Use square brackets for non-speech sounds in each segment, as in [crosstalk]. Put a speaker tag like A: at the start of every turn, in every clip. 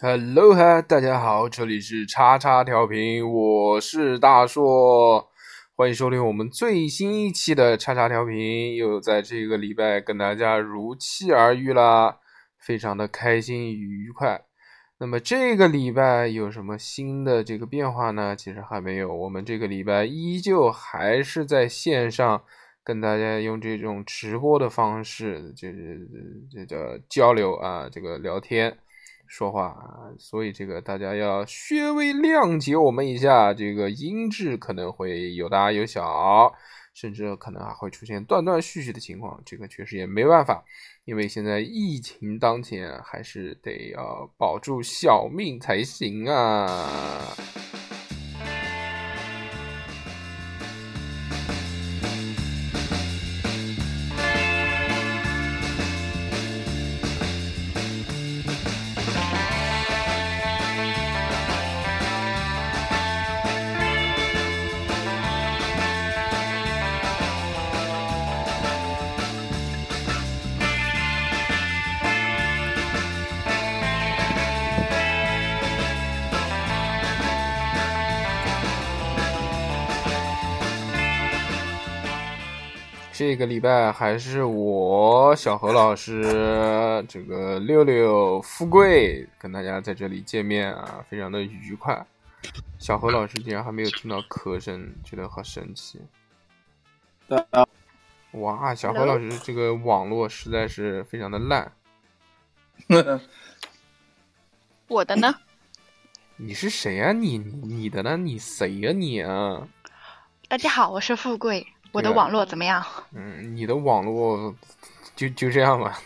A: Hello 哈，大家好，这里是叉叉调频，我是大硕，欢迎收听我们最新一期的叉叉调频，又在这个礼拜跟大家如期而遇啦，非常的开心与愉快。那么这个礼拜有什么新的这个变化呢？其实还没有，我们这个礼拜依旧还是在线上跟大家用这种直播的方式，就是这个交流啊，这个聊天。说话啊，所以这个大家要稍微谅解我们一下，这个音质可能会有大有小，甚至可能还会出现断断续续的情况，这个确实也没办法，因为现在疫情当前，还是得要保住小命才行啊。这个礼拜还是我小何老师，这个六六富贵跟大家在这里见面啊，非常的愉快。小何老师竟然还没有听到咳声，觉得好神奇。哇，小何老师这个网络实在是非常的烂。
B: 我的呢？
A: 你是谁啊？你你的呢？你谁呀、你啊？
B: 大家好，我是富贵，我的
A: 对啊
B: 网络怎么
A: [laughs]
B: 样？
A: 嗯，你的网络就就这样吧。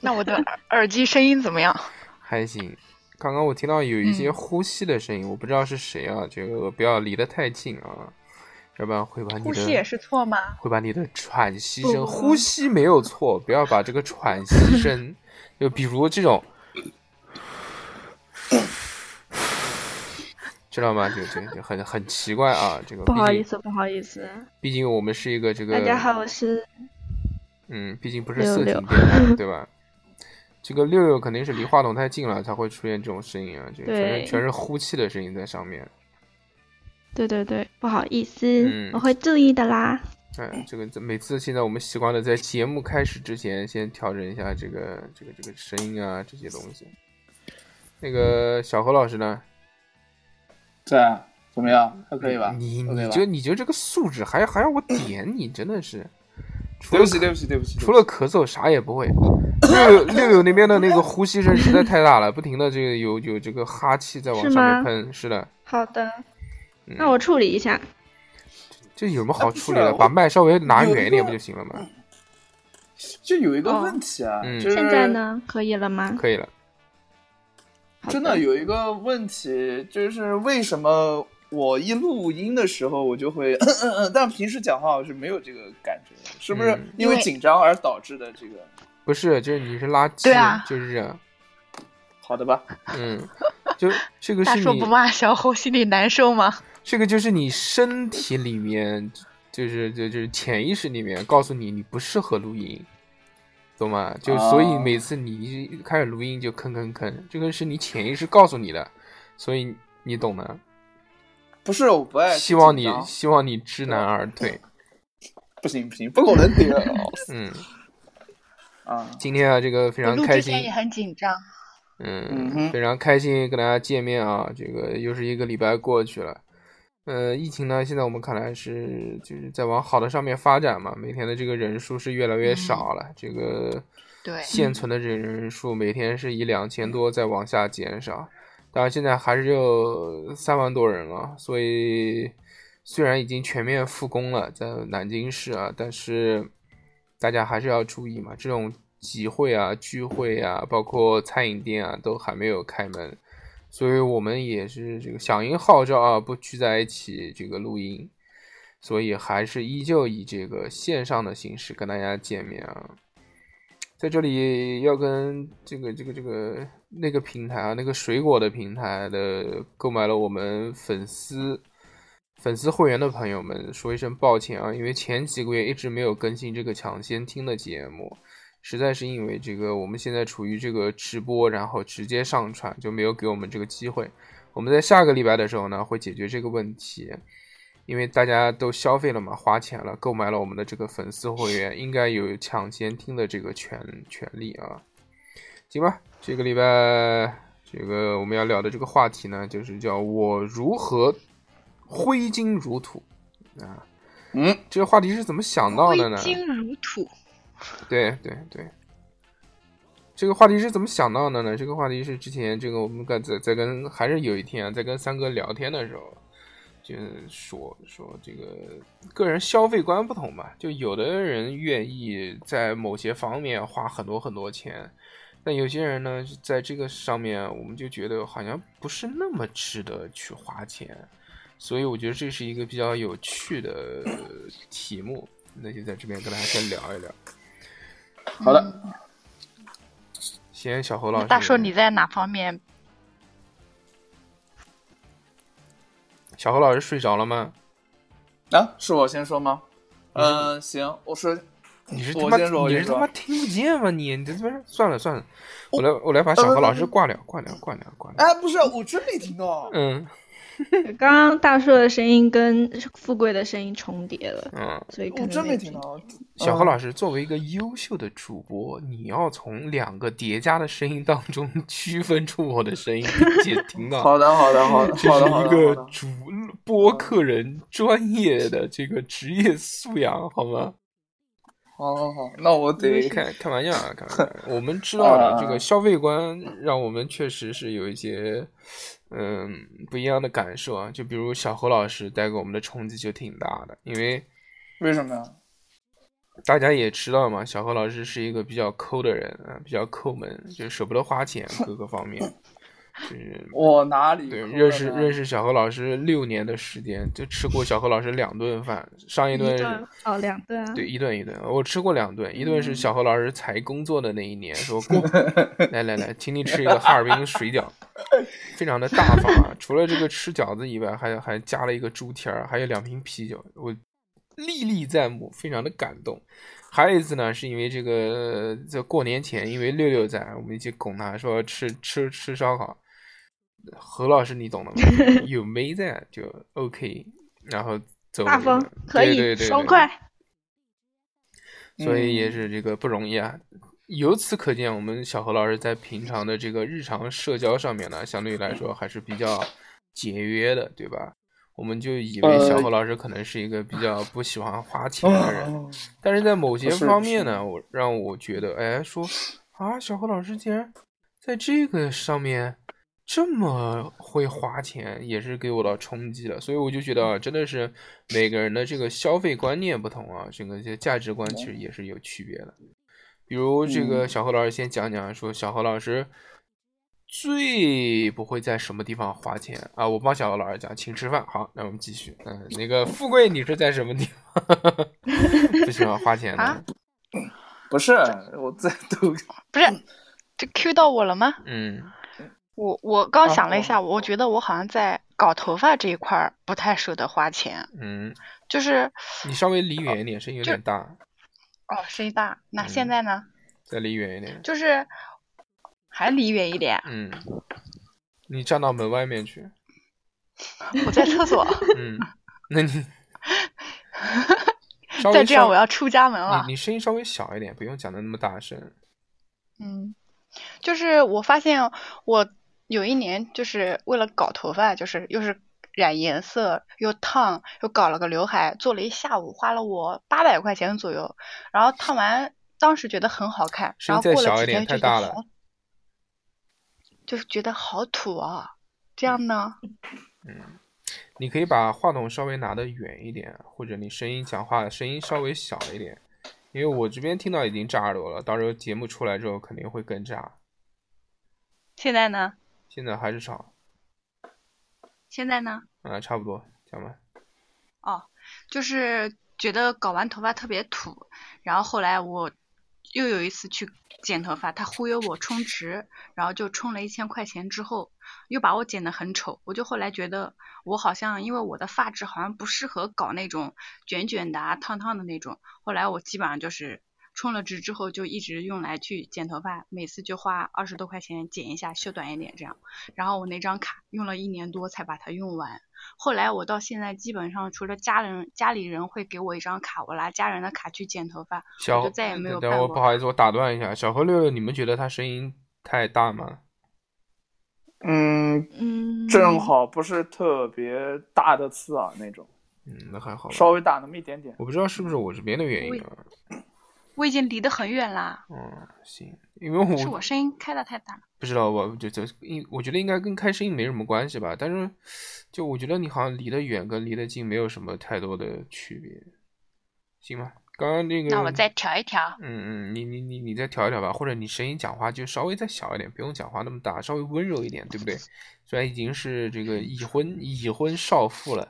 B: 那我的耳耳机声音怎么样？
A: 还行。刚刚我听到有一些
B: 嗯
A: 呼吸的声音，我不知道是谁啊，这个不要离得太近啊，要不然会把你
B: 呼吸也
A: 的
B: 是错吗？
A: 会把你的喘息声，
B: 不
A: 呼吸没有错，不要把这个喘息声，就比如这种，知道吗？就就就很很奇怪啊，这
C: [laughs]
A: 个
D: 不好
A: 毕
D: 意
A: 竟
D: 思，不好意思，
C: 嗯
A: 毕竟我们是一个这个
D: 大家好，我是
A: 嗯，毕竟不是
D: 六
A: 色
D: 六
A: 情电台，对吧？这个六六肯定是离话筒太近了，才会出现这种声音啊，这个全
D: 对
A: 是全是呼气的声音在上面。
D: 对对对，不好意思，
A: 嗯
D: 我会注意的啦。
A: 哎，这个每次现在我们习惯了在节目开始之前先调整一下这个这个这个声音啊这些东西。那个小何老师呢？
C: 在啊怎么样？还可以吧？
A: 你
C: OK
A: 你
C: 吧
A: 就你就这个素质还还要我点你，真的是。除
C: 对
A: 了
C: 不起，对不起，对不起，
A: 除了咳嗽啥也不会。六六六六那边的那个呼吸声实在太大了，不停的这个有有这个哈气在往
D: 是
A: 上面
D: 吗
A: 喷，是的，
D: 好的，
A: 嗯
D: 那我处理一下。
A: 这有什么好
C: 啊不
A: 处
C: 是
A: 理的？
C: 我
A: 把麦稍微拿
C: 有
A: 远一
C: 一
A: 点
C: 个
A: 不就行了吗？
C: 就有一个
D: 哦
C: 问题啊，
A: 嗯
C: 就是
D: 现在？呢，可以了吗？
A: 可以了，
D: 好
C: 真的有一个问题，就是为什么我一录音的时候我就会 [clears throat] 嗯嗯嗯，但平时讲话我是没有这个感觉的，是不是
A: 嗯
C: 因为紧张而导致的这个？
A: 不是，就是你是垃圾，
B: 对啊
A: 就是这样，
C: 好的吧，
A: 嗯，就这个
B: 大
A: 是
B: 叔
A: 你
B: 不，骂小猴，心里难受吗？
A: 这个就是你身体里面，就是就就是潜意识里面告诉你你不适合录音。懂吗？就所以
C: 哦
A: 每次你一开始录音就吭吭吭，这个是你潜意识告诉你的，所以你懂的。
C: 不是我不爱，
A: 希望你
C: 哎是紧张
A: 希望你知难而退。
C: 不行不行，不可能得
A: 嗯， [laughs]
C: 啊！
A: 今天啊，这个非
B: 我
A: 常
B: 录
A: 开
B: 之
A: 心
B: 前，也很紧张，
C: 嗯
A: 嗯，
C: 哼
A: 非常开心跟大家见面啊！这个又是一个礼拜过去了，呃，疫情呢，现在我们看来是就是在往好的上面发展嘛，每天的这个人数是越来越少了，这个
B: 对
A: 现存的人人数每天是以两千多在往下减少，当然现在还是有三万多人了，所以虽然已经全面复工了，在南京市啊，但是大家还是要注意嘛，这种集会啊、聚会啊，包括餐饮店啊，都还没有开门，所以我们也是这个响应号召啊，不聚在一起这个录音。所以还是依旧以这个线上的形式跟大家见面啊。在这里要跟这个这个这个那个平台啊，那个水果的平台的购买了我们粉丝粉丝会员的朋友们说一声抱歉啊，因为前几个月一直没有更新这个抢先听的节目，实在是因为这个我们现在处于这个直播，然后直接上传就没有给我们这个机会。我们在下个礼拜的时候呢，会解决这个问题，因为大家都消费了嘛，花钱了，购买了我们的这个粉丝会员，应该有抢先听的这个权权利啊。行吧，这个礼拜这个我们要聊的这个话题呢，就是叫我如何挥金如土啊。
C: 嗯，
A: 这个话题是怎么想到
E: 挥
A: 的呢？
E: 金如土，
A: 对对对，这个话题是怎么想到的呢？这个话题是之前这个我们在在跟还是有一天啊，在跟三哥聊天的时候，就是说说这个个人消费观不同嘛，就有的人愿意在某些方面花很多很多钱，但有些人呢，在这个上面我们就觉得好像不是那么值得去花钱。所以我觉得这是一个比较有趣的题目，那就在这边跟大家先聊一聊。
C: 好
B: 嗯
C: 的，
A: 先小侯老师，
E: 大硕你在哪方面？
A: 小侯老师睡着了吗？
C: 啊，是我先说吗？嗯、行，我说，
A: 你是他
C: 我
A: 妈
C: 先说，我
A: 你
C: 先
A: 是他妈
C: 说，
A: 听不见吗？你你这边算了算了，我来我
E: 呃
A: 来把小侯老师挂掉挂掉挂掉挂掉。
C: 哎，不是，我真没听到，啊
E: 呃
A: 嗯
D: 刚刚大硕的声音跟富贵的声音重叠了，
E: 呃
A: 嗯，
D: 所以可
C: 我
D: 能
C: 哦真没
D: 没
C: 听。到，
A: 小侯老师作为一个优秀的主播，你要从两个叠加的声音当中区分出我的
E: [laughs]
A: 声音，并且听到。
C: 好的，好的，好的，
A: 这
C: 好
A: 是
C: 的，好
A: 一
C: 的，
A: 个
C: 好的，
A: 主播客人专业的这个职业素养，好吗？
C: 好好好，哦那我得
A: 开开玩笑啊，开玩笑啊。我们知道的这个消费观，让我们确实是有一些嗯不一样的感受啊。就比如小侯老师带给我们的冲击就挺大的，因为
C: 为什么呀？
A: 嗯大家也知道嘛，小何老师是一个比较抠的人啊，比较抠门，就舍不得花钱，各个方面。就是
C: 我哪里
A: 对，
C: 抠
A: 认
C: 了
A: 识
C: 呢
A: 认识小何老师六年的时间，就吃过小何老师两顿饭，上一
D: 一
A: 顿
D: 顿哦，两顿啊，嗯
A: 对一顿一顿，我吃过两顿，一顿是小何老师才工作的那一年，说
D: [laughs]
A: 过来来来，请你吃一个哈尔滨水饺，非常的大方啊。除了这个吃饺子以外，还还加了一个猪蹄儿，还有两瓶啤酒，我历历在目，非常的感动。还有一次呢，是因为这个在过年前，因为六六在，我们一起拱他说吃吃吃烧烤。何老师，你懂的吗？
D: [laughs]
A: 有妹在就 OK，然后走
D: 大方可
A: 对
D: 以
A: 对对对
D: 爽快。
C: [laughs]
A: 所以
C: 嗯
A: 也是这个不容易啊。由此可见，我们小何老师在平常的这个日常社交上面呢，相对来说还是比较节约的，对吧？我们就以为
C: 呃
A: 小何老师可能是一个比较不喜欢花钱的人， [laughs]
C: 哦
A: 但是在某些
C: 不是
A: 方面呢，我让我觉得，哎，说啊，小何老师竟然在这个上面这么会花钱，也是给我到冲击了。所以我就觉得啊，真的是每个人的这个消费观念不同啊，整个这价值观其实也是有区别的。比如这个
C: 嗯
A: 小何老师先讲讲，说小何老师最不会在什么地方花钱啊？我帮小何老师讲，请吃饭。好，那我们继续。嗯，那个富贵，你是在什么地方 [laughs] 不喜欢花钱
E: 啊
A: 的？
C: 不是我
A: [laughs]
C: 在都
E: 不是，
B: 嗯
E: 这 Q 到我了吗？
A: 嗯，
E: 我我刚
C: 啊
E: 想了一下，
C: 我
E: 我觉得我好像在搞头发这一块儿不太舍得花钱，
A: 嗯，
E: 就是
A: 你稍微离远一点，声音有点大，
E: 哦，声音大。那
A: 嗯
E: 现在呢？
A: 再离远一点。
E: 就是还离远
B: [laughs]
E: 一点，
A: 嗯，你站到门外面去。
E: [laughs] 我在厕所。
A: 嗯，那
E: [laughs]
A: 你稍微
E: 再这样，
A: 稍
E: 我要出家门了
A: 你。你声音稍微小一点，不用讲的那么大声。
E: 嗯，就是我发现我有一年就是为了搞头发，就是又是染颜色，又烫，又搞了个刘海，做了一下午，花了我八百块钱左右。然后烫完，当时觉得很好看，
A: 声
E: 然
A: 音再
E: 后过了
A: 小
E: 几
A: 一点
E: 天
A: 太
E: 就觉
A: 大
E: 得
A: 了
E: 好，就是觉得好土啊。这样呢，
A: 你可以把话筒稍微拿得远一点，或者你声音讲话声音稍微小一点，因为我这边听到已经炸耳朵了，到时候节目出来之后肯定会更炸。
E: 现在呢，
A: 现在还是吵
E: 现在呢，
A: 啊、差不多，讲吧。
E: 哦，就是觉得搞完头发特别土，然后后来我又有一次去剪头发，他忽悠我充值，然后就充了一千块钱之后，又把我剪得很丑，我就后来觉得我好像因为我的发质好像不适合搞那种卷卷的啊、烫烫的那种，后来我基本上就是
B: 充了值之后就一直用来去剪头发，每次就花二十多块钱剪一下，修短一点这样。然后我那张卡用了一年多才把它用完。后来我到现在基本上除了家人家里人会给我一张卡，我拿家人的卡去剪头发，
A: 小
B: 我就再也没有
A: 等
B: 办
A: 我
B: 过
A: 不好意思，我打断一下，小何六六，你们觉得他声音太大吗？
C: 嗯，
D: 嗯，
C: 正好不是特别大的刺耳那种，
A: 嗯，那还好吧。
C: 稍微大那么一点点。
A: 我不知道是不是我这边的原因啊。
B: 我已经离得很远啦，
A: 嗯，行，因为我
B: 是我声音开的太大了。
A: 不知道，我就就应我觉得应该跟开声音没什么关系吧。但是，就我觉得你好像离得远跟离得近没有什么太多的区别，行吧？刚刚那个，
B: 那我再调一调。
A: 嗯嗯，你你你你再调一调吧，或者你声音讲话就稍微再小一点，不用讲话那么大，稍微温柔一点，对不对？虽然已经是这个已婚已婚少妇了，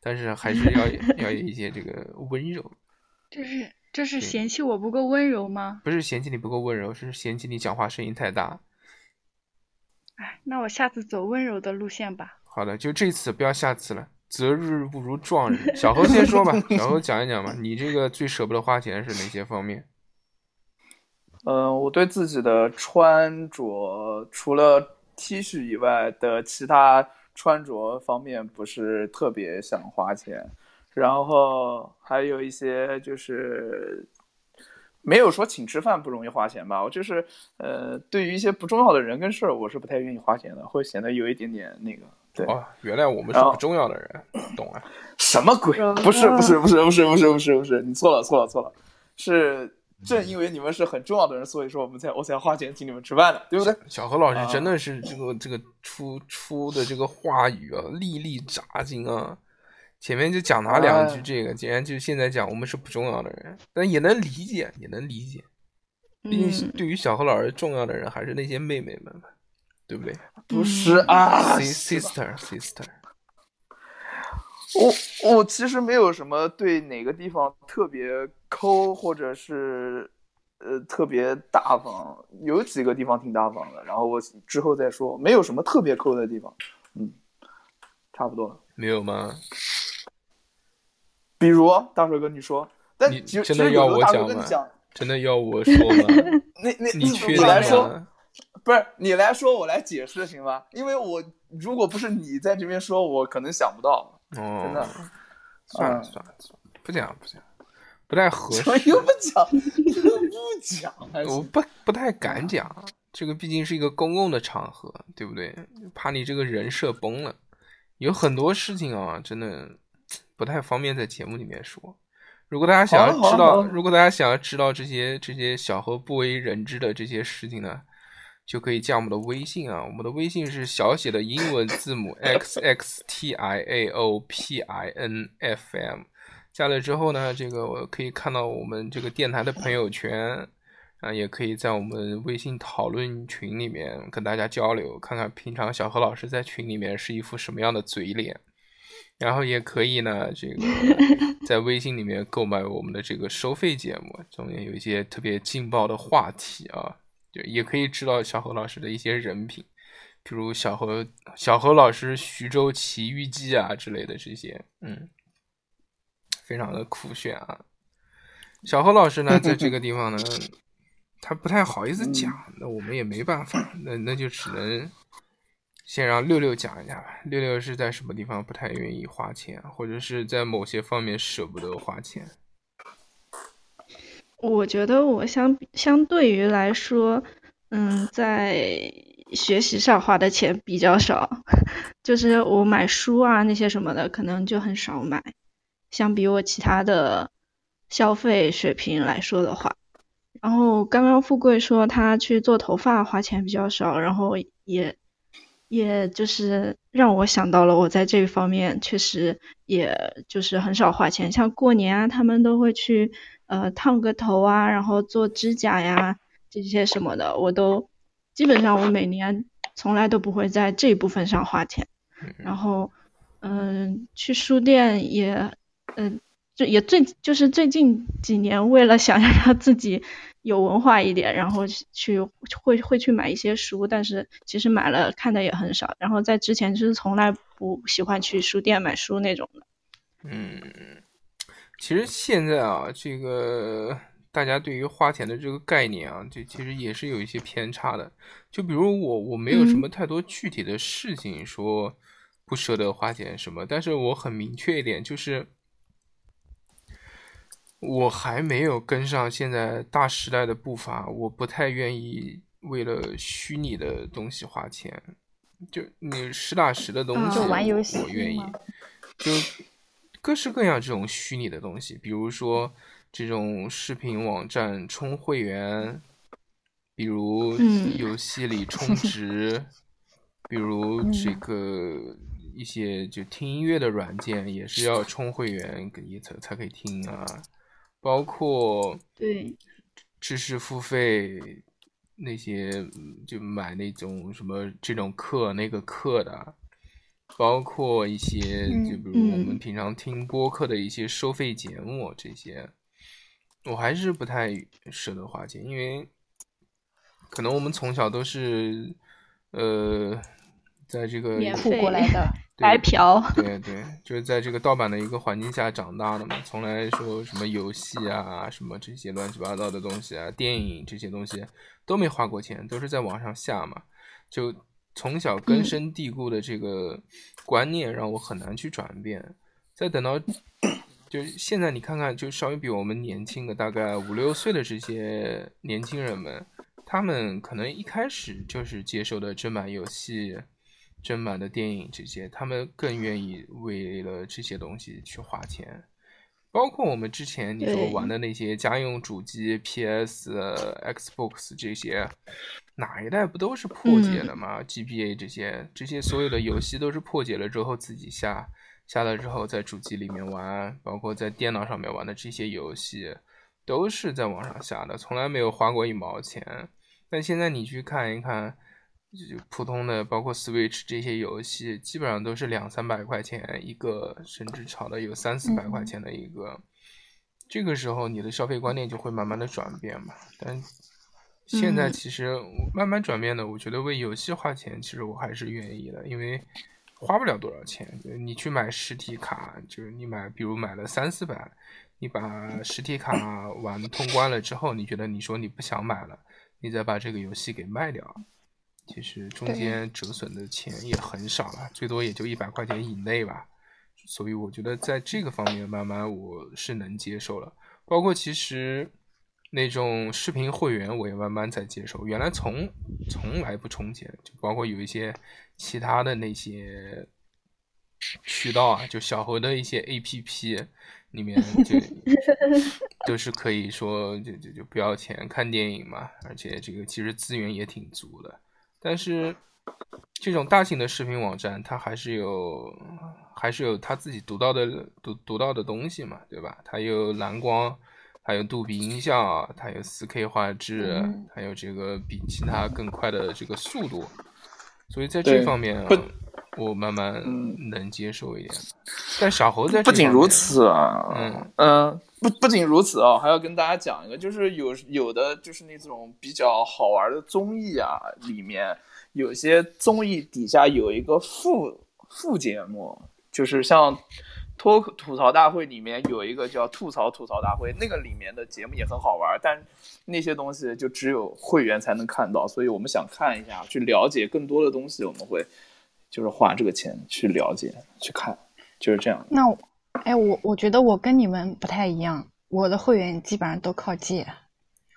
A: 但是还
B: [laughs]
A: 是要要有一些这个温柔，
B: 这是这是
A: 对
B: 嫌弃我不够温柔吗？
A: 不是嫌弃你不够温柔，是嫌弃你讲话声音太大。
B: 哎，那我下次走温柔的路线吧。
A: 好的，就这次不要下次了。择日不如撞日。小何先
C: [laughs]
A: 说吧，小何讲一讲吧。你这个最舍不得花钱是哪些方面？
C: 嗯、我对自己的穿着，除了 T 恤以外的其他穿着方面不是特别想花钱，然后还有一些就是没有说请吃饭不容易花钱吧，我就是呃，对于一些不重要的人跟事儿，我是不太愿意花钱的，会显得有一点点那个。对，
A: 哦，原来我们是
C: 然后
A: 不重要的人，懂了。
C: 什么鬼？不是不是不是不是不是不是不是，你错了错了错了，是正因为你们是很重要的人，所以说我们才我才花钱请你们吃饭的，对不对？
A: 小何老师真的是这
C: 啊
A: 个这个出出的这个话语啊，粒粒扎心啊。前面就讲他两句
C: 哎
A: 这个，竟然就现在讲我们是不重要的人，但也能理解，也能理解。毕竟
D: 嗯，
A: 对于小何老师重要的人还是那些妹妹们嘛，对不对
C: 不是啊，
A: ？Sister sister，
C: 我我其实没有什么对哪个地方特别抠，或者是呃特别大方，有几个地方挺大方的，然后我之后再说，没有什么特别抠的地方，嗯，差不多了。
A: 没有吗？
C: 比如大帅哥，你说，但
A: 你
C: 其实
A: 真的
C: 其实有
A: 要
C: 时候
A: 我讲
C: 大帅哥你
A: 吗
C: 讲，
A: 真的要我说
C: [laughs]
A: 吗？
C: 那那
A: 你确
C: 你
A: 定
C: 来说，
A: 吗？
C: 不是你来说，我来解释行吗？因为我如果不是你在这边说，我可能想不到。
A: 哦，
C: [laughs] 真的
A: 算了
C: 嗯
A: 算了算了，不讲不讲，不太合
C: 怎
A: 适
C: 么，又不讲，又不讲，还
A: 我
C: 行
A: 不不太敢讲。这个毕竟是一个公共的场合，对不对？怕你这个人设崩了，有很多事情啊，真的不太方便在节目里面说。如果大家想要
C: 好了好
A: 知
C: 了好
A: 道，
C: 了
A: 如果大家想要知道这些这些小何不为人知的这些事情呢，就可以加我们的微信啊，我们的微信是小写的英文字母 x x t i a o p i n f m，加了之后呢，这个我可以看到我们这个电台的朋友圈，啊，也可以在我们微信讨论群里面跟大家交流，看看平常小何老师在群里面是一副什么样的嘴脸。然后也可以呢，这个在微信里面购买我们的这个收费节目，中间有一些特别劲爆的话题啊，就也可以知道小何老师的一些人品，比如小何小何老师徐州奇遇记啊之类的这些，嗯，非常的酷炫啊。小何老师呢，在这个地方呢，他不太好意思讲，那我们也没办法，那那就只能先让六六讲一下吧。六六是在什么地方不太愿意花钱，或者是在某些方面舍不得花钱？
D: 我觉得我相相对于来说，嗯，在学习上花的钱比较少， [laughs] 就是我买书啊那些什么的，可能就很少买。相比我其他的消费水平来说的话，然后刚刚富贵说他去做头发花钱比较少，然后也也就是让我想到了我在这一方面确实也就是很少花钱，像过年啊他们都会去呃烫个头啊，然后做指甲呀这些什么的，我都基本上我每年从来都不会在这一部分上花钱，然后嗯、去书店也嗯。就也最就是最近几年，为了想要 [laughs] 让自己有文化一点，然后去去会会去买一些书，但是其实买了看的也很少。然后在之前就是从来不喜欢去书店买书那种的。
A: 嗯，其实现在啊，这个大家对于花钱的这个概念啊，这其实也是有一些偏差的。就比如我，我没有什么太多具体的事情说不舍得花钱什么，但是我很明确一点，就是我还没有跟上现在大时代的步伐，我不太愿意为了虚拟的东西花钱。就你实打实的东西，
D: 就
B: 玩游戏
A: 我愿意
B: 吗。
A: 就各式各样这种虚拟的东西，比如说这种视频网站充会员，比如
D: 嗯
A: 游戏里充值，比如这个一些就听音乐的软件也是要充会员也才才可以听啊，包括
D: 对，
A: 知识付费那些，嗯就买那种什么这种课那个课的，包括一些
B: 嗯
A: 就比如我们
D: 嗯
A: 平常听播客的一些收费节目这些，我还是不太舍得花钱，因为可能我们从小都是呃，在这个
D: 免
B: 苦
D: 费
B: [laughs] 过来的，
A: 对
D: 白嫖。 [laughs]
A: 对对，就是在这个盗版的一个环境下长大的嘛，从来说什么游戏啊、什么这些乱七八糟的东西啊、电影这些东西都没花过钱，都是在网上下嘛，就从小根深蒂固的这个观念让我很难去转变。再等到就现在，你看看，就稍微比我们年轻的大概五六岁的这些年轻人们，他们可能一开始就是接受的正版游戏、正版的电影这些，他们更愿意为了这些东西去花钱。包括我们之前你说
D: 对
A: 玩的那些家用主机、PS、Xbox 这些，哪一代不都是破解的吗、g b a 这些，这些所有的游戏都是破解了之后自己下，下了之后在主机里面玩，包括在电脑上面玩的这些游戏，都是在网上下的，从来没有花过一毛钱。但现在你去看一看，就普通的包括 Switch 这些游戏，基本上都是两三百块钱一个，甚至炒的有三四百块钱的一个。这个时候，你的消费观念就会慢慢的转变嘛。但现在
D: 嗯
A: 其实我慢慢转变的，我觉得为游戏花钱，其实我还是愿意的，因为花不了多少钱。就是你去买实体卡，就是你买，比如买了三四百，你把实体卡玩通关了之后，你觉得你说你不想买了，你再把这个游戏给卖掉，其实中
B: 对
A: 间折损的钱也很少了，最多也就一百块钱以内吧。所以我觉得在这个方面，慢慢我是能接受了。包括其实那种视频会员，我也慢慢在接受。原来从从来不充钱，就包括有一些其他的那些渠道啊，就小猴的一些 APP 里面就都是可以说就就就不要钱看电影嘛，而且这个其实资源也挺足的。但是这种大型的视频网站，它还是有还是有它自己独到的独独到的东西嘛，对吧？它有蓝光，它有杜比音效，它有 4K 画质
B: 嗯，
A: 还有这个比其他更快的这个速度。所以在这
C: 对
A: 方面啊
C: 不，
A: 我慢慢
C: 嗯
A: 能接受一点。但小猴在这
C: 不仅
A: 方
C: 如
A: 面
C: 此啊，
A: 嗯
C: 嗯，不不仅如此啊，还要跟大家讲一个，就是有有的就是那种比较好玩的综艺啊，里面有些综艺底下有一个副副节目，就是像脱口吐槽大会里面有一个叫吐槽吐槽大会，那个里面的节目也很好玩，但那些东西就只有会员才能看到，所以我们想看一下，去了解更多的东西，我们会就是花这个钱去了解去看，就是这样。
B: 那我，哎，我我觉得我跟你们不太一样，我的会员基本上都靠借。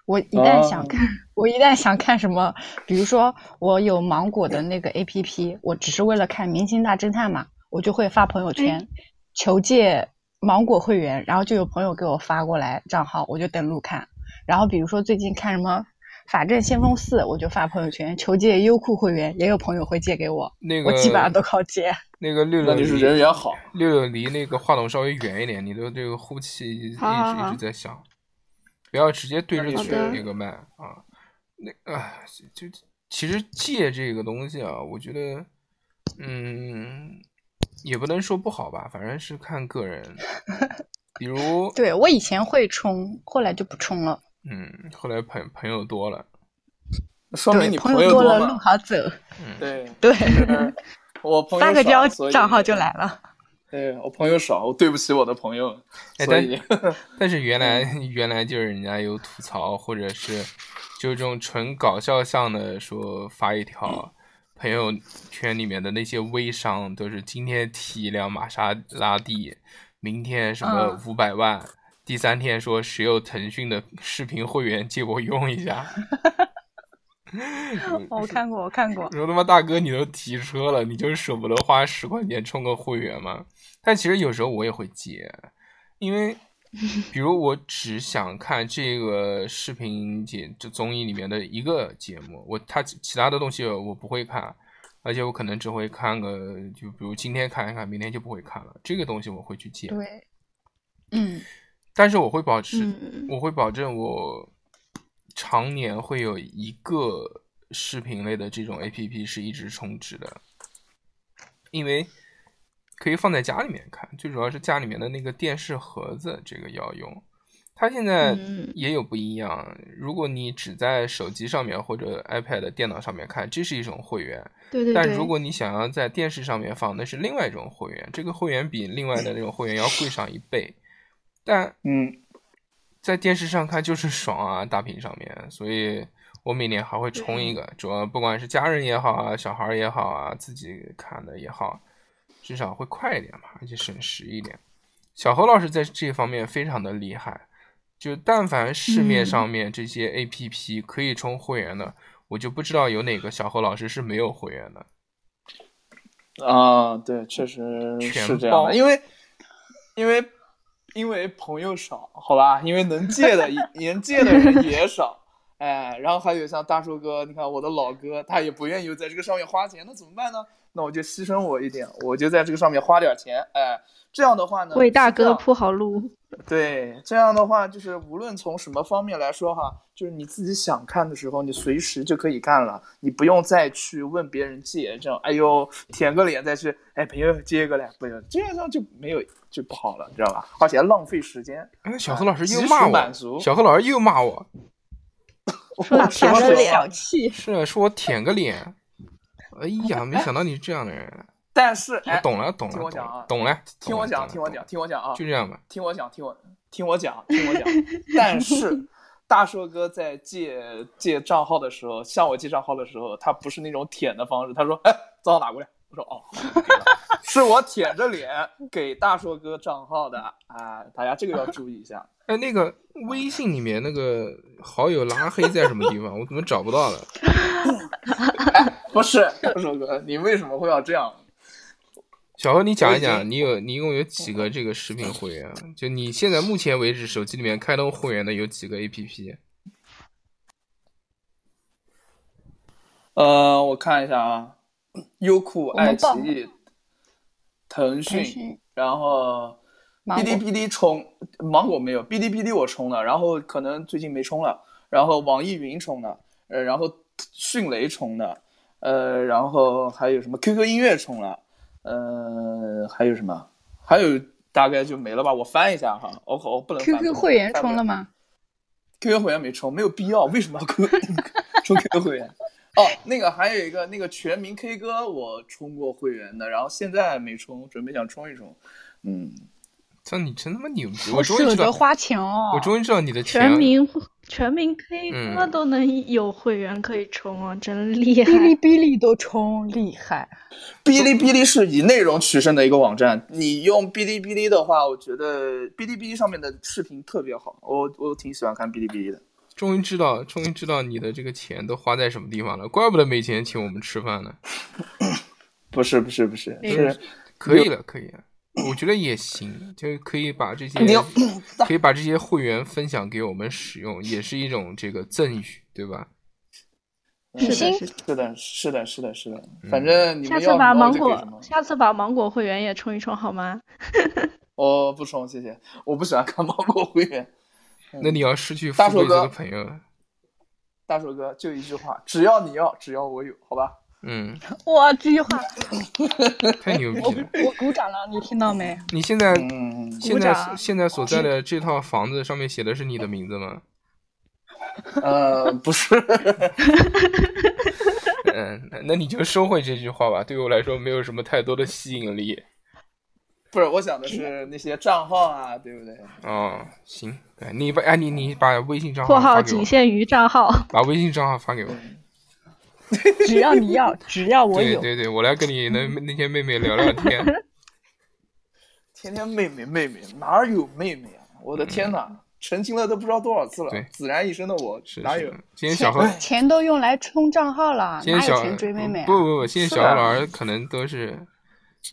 B: 我一旦想
C: 哦
B: 看， [laughs] 我一旦想看什么，比如说我有芒果的那个 APP，我只是为了看《明星大侦探》嘛，我就会发朋友圈求借芒果会员，然后就有朋友给我发过来账号，我就登录看。然后比如说最近看什么《法证先锋四》，我就发朋友圈求借优酷会员，也有朋友会借给我，
A: 那个
B: 我基本上都靠借。
A: [laughs] 那个六
C: 那
A: 六
C: 就是
A: 离
C: 人缘好。
A: 六六离那个话筒稍微远一点，你的这个呼气一直
D: 好好好
A: 一直在响，不要直接对着
C: 好
A: 嘴
D: 的
A: 那个麦啊。那啊，就其实借这个东西啊，我觉得，嗯，也不能说不好吧，反正是看个
C: [laughs]
A: 人。比如，
B: 对，我以前会充，后来就不充了。
A: 嗯，后来朋朋友多了，
C: 说
B: 对，
C: 明你
B: 朋
C: 友
B: 多了，路
C: [laughs] 嘛。
B: 好走。 [laughs]
A: 嗯，
C: 对，
B: 对，
C: 就是我朋友
B: 发个
C: 少
B: 交
C: 所以
B: 账号就来了。
C: 对我朋友少，我对不起我的朋友，
A: 哎
C: 所
B: [laughs]
C: 以
A: 但是原来原来就是人家有吐槽，或者是就是这种纯搞笑向的说发一条，朋友圈里面的那些微商都是今天提一辆玛莎拉蒂，明天什么
B: 嗯
A: 五百万，第三天说谁有腾讯的视频会员借我用一下。
C: 嗯
B: 我哦看过，我看过，
A: 说他妈大哥，你都提车了，你就舍不得花十块钱充个会员吗？但其实有时候我也会接，因为比如我只想看这个视频节这综艺里面的一个节目，我他其其他的东西我不会看，而且我可能只会看个，就比如今天看一看，明天就不会看了。这个东西我会去接，
B: 对，嗯，
A: 但是我会保持
D: 嗯
A: 我会保证我常年会有一个视频类的这种 APP 是一直充值的，因为可以放在家里面看，最主要是家里面的那个电视盒子这个要用。它现在
D: 嗯
A: 也有不一样，如果你只在手机上面或者 iPad、电脑上面看，这是一种会员；
D: 对对对。
A: 但如果你想要在电视上面放，那是另外一种会员，这个会员比另外的那种会员要贵上一倍。但
C: 嗯，
A: 在电视上看就是爽啊，大屏上面，所以我每年还会充一个，主要不管是家人也好啊，小孩儿也好啊，自己看的也好，至少会快一点嘛，而且省时一点。小何老师在这方面非常的厉害，就但凡市面上面这些 A P P 可以充会员的，我就不知道有哪个小何老师是没有会员的。
C: 啊，对，确实
A: 全
C: 是这样
A: 包
C: 的，因为因为因为朋友少，好吧，因为能借的能借的人也少，哎，然后还有像大树哥，你看我的老哥，他也不愿意在这个上面花钱，那怎么办呢？那我就牺牲我一点，我就在这个上面花点钱，哎，这样的话呢，
D: 为大
C: 是这
D: 哥
C: 样
D: 铺好路，
C: 对，这样的话就是无论从什么方面来说哈，就是你自己想看的时候，你随时就可以看了，你不用再去问别人借，这样哎呦舔个脸再去哎朋友借一个嘞，不用这样就没有就不好了，你知道吧？而且还浪费时间。
A: 哎，小何老师又
C: 及时
A: 骂
C: 满
A: 我，
C: 足
A: 小何老师又骂我，
D: 说
C: [laughs] 我
D: 你
C: [laughs] 什
D: 舔
C: 么
D: 个
C: 时候
D: 脸，
B: 小气，
A: 是啊说我舔个脸。哎呀，没想到你是这样的人。
C: 但是
A: 我
C: 哎，
A: 懂了，懂了，
C: 听我讲啊
A: 懂了，
C: 听我讲，听我
A: 讲，
C: 讲，听我讲啊，
A: 就这样吧。
C: 听我讲，听我听我讲，听
B: [laughs]
C: 我讲。但是大硕哥在借借账号的时候，向我借账号的时候，他不是那种舔的方式，他说：“哎，账号拿过来。”我说：“哦，好给了是我舔着脸给大硕哥账号的啊，大家这个要注意一下。
A: 哎，那个
C: 嗯
A: 微信里面那个好友拉黑在什么地方？我怎 [laughs] 么找不到了？”
C: 不是大硕哥，你为什么会要这样？
A: 小何，你讲一
C: 我已
A: 讲，
C: 经
A: 你有你一共有几个这个视频会员？啊就你现在目前为止手机里面开通会员的有几个 A P P？
C: 呃，我看一下啊，优酷、
B: 我们
C: 爱奇
B: 报
C: 艺、腾
B: 腾
C: 讯，
B: 讯、
C: 然后。
B: 芒
C: 哔哩
B: 果，
C: 哔哩充，芒果没有，哔哩哔哩我充了，然后可能最近没充了，然后网易云充了，呃，然后迅雷充了，呃，然后还有什么 QQ 音乐充了，呃，还有什么？还有大概就没了吧？我翻一下哈，我我不能翻
B: QQ 会员充了
C: 吗
B: 吗？
C: ？QQ 会员没充，没有必要，为什么要
B: [laughs]
C: 充 QQ 会员？哦，那个还有一个那个全民 K 歌，我充过会员的，然后现在没充，准备想充一充，嗯。
A: 操，你真他妈牛逼！
B: 好
A: 我终于
B: 舍
A: 知
B: 得
A: 道，
B: 花钱哦，
A: 我终于知道你的
D: 全
A: 钱。
D: 民全民 K
A: 嗯
D: 歌都能有会员可以充哦，真厉害！
B: 哔哩哔哩都充，厉害，
C: 哔哩哔哩是以内容取胜的一个网站，你用哔哩哔哩的话，我觉得哔哩哔哩上面的视频特别好，我我挺喜欢看哔哩哔哩的。
A: 终于知道，终于知道你的这个钱都花在什么地方了，怪不得没钱请我们吃饭呢。
C: 不是不是不是，
B: 嗯
C: 是
A: 可以了，可以了，啊我觉得也行，就是可以把这些
C: 你要
A: 可以把这些会员分享给我们使
C: [laughs]
A: 用，也是一种这个赠与，对吧？
B: 比
D: 是的，
B: 心
D: 是的。
C: 是的是的是的是的
A: 嗯，
C: 反正你
D: 下
C: 们
D: 次
C: 要
D: 把
C: 什么我
D: 芒
C: 就给
D: 果
C: 什么，。
D: 下次把芒果会员也充一充好吗？
C: 我哦不充，谢谢，我不喜欢看芒果会员。
A: 那你要失去富
C: 嗯大
A: 贵
C: 手
A: 这个
C: 哥
A: 朋友了，
C: 大手哥就一句话，只要你要，只要我有，好吧？ [laughs]
A: 嗯，
B: 哇，这句话
A: 太牛逼了！
B: 我鼓掌了，你听到没？
A: 你现在
C: 嗯，
A: 现在
D: 掌
A: 现在所在的这套房子上面写的是你的名字吗？ [laughs]
C: 呃，不是， [laughs]
A: 嗯，那那你就收回这句话吧，对我来说没有什么太多的吸引力。
C: 不是，我想的是那些账号啊，对不对？
A: 嗯，行，对你把哎你你把微信账
D: 括
A: 号
D: 号
A: 发给我
D: 仅，限于账号。 [laughs]
A: 把微信账号发给我。
E: 只要你要，只要我
A: 对
E: 有，
A: 对对，我来跟你那那些妹妹聊聊
C: [laughs]
A: 天。
C: 天天妹妹妹妹，哪有妹妹啊？我的天哪，澄清了都不知道多少次了
A: 嗯对，
C: 孑然一身的我
A: 是
C: 哪
A: 是
C: 有？
A: 今天小
C: [laughs]
A: 何，
B: 钱都用来充账号了，
A: 今
B: 啊哪有
A: 天小嗯
B: 钱追妹妹啊
A: 不？不不，现在
C: 是
A: 小何
C: 的
A: 老师可能都是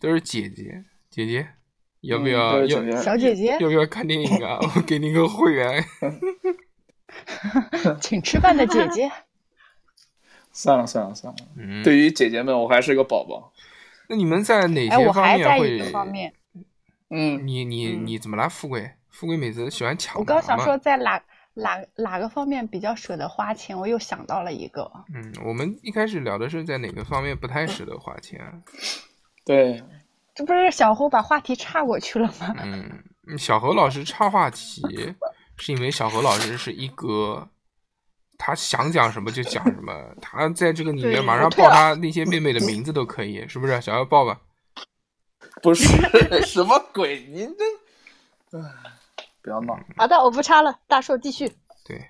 A: 都是姐姐姐姐，要不
C: 嗯
A: 要
C: 对
A: 要
C: 姐姐
B: 小姐姐，
A: 要不要看电影
B: [laughs]
A: 啊？我给你个会员。
B: 请吃饭的姐姐，
C: 算了算了算了，
A: 嗯，
C: 对于姐姐们，我还是个宝宝。
A: 那你们在哪
B: 哎，
A: 些
B: 我
A: 方
B: 还
A: 面
B: 在
A: 会？
B: 一个方面，
C: 嗯，
A: 你你
D: 嗯
A: 你怎么啦？富贵，富贵每次喜欢抢
B: 我
A: 答嘛。
B: 刚想说在哪哪哪个方面比较舍得花钱，我又想到了一个，
A: 嗯，我们一开始聊的是在哪个方面
B: [laughs]
A: 不太舍得花钱。啊
C: 对，
B: 这不是小胡把话题岔过去了吗？
A: 嗯，小何老师插话题，是因为小何老师是一哥，他想讲什么就讲什么，他在这个里面
D: 对
A: 马上报他那些妹妹的名字都可以，是不是？小要报吧。
C: 不
A: [laughs]
C: 是什么鬼，您这，唉，不要闹。
E: 好的，我不插了，大硕继续。
A: 对，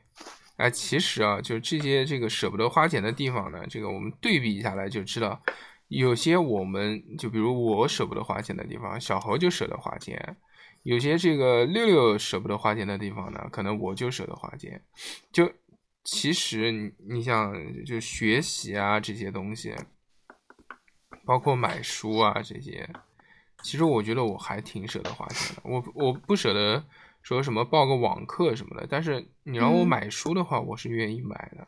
A: 哎，其实啊，就是这些这个舍不得花钱的地方呢，这个我们对比下来就知道，有些我们就比如我舍不得花钱的地方，小侯就舍得花钱；有些这个六六舍不得花钱的地方呢，可能我就舍得花钱。就其实你你想，就学习啊这些东西，包括买书啊这些，其实我觉得我还挺舍得花钱的。我我不舍得说什么报个网课什么的，但是你让我
D: 嗯
A: 买书的话，我是愿意买的。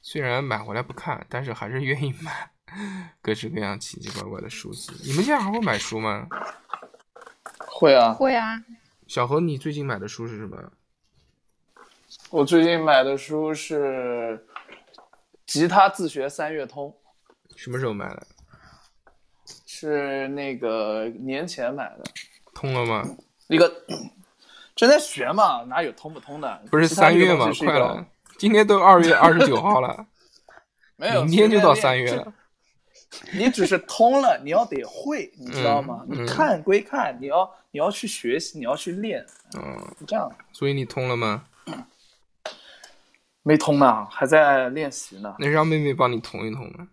A: 虽然买回来不看，但是还是愿意买各式各样奇奇怪怪的书籍。你们现在还会买书吗？
C: 会啊，
B: 会啊，
A: 小何，你最近买的书是什么？
C: 我最近买的书是《吉他自学三月通》，
A: 什么时候买的？
C: 是那个年前买的，
A: 通了吗？
C: 一个 [coughs] 正在学嘛，哪有通不通的？
A: 不是
C: 吉他
A: 三
C: 这
A: 月
C: 个
A: 吗
C: 东？西是一
A: 快
C: 个
A: 了，，今天都二月二十九号了，
C: 没有，
A: 明天就到
C: 随便
A: 三
C: 练
A: 月。
C: 就
A: 了。
C: [laughs] 你只是通了，你要得会，你知道吗？
A: 嗯嗯
C: 你看归看，你要你要去学习，你要去练，
A: 嗯，
C: 是这样的。
A: 所以你通了吗？
C: 没通呢，还在练习呢，
A: 那让妹妹帮你通一通吧，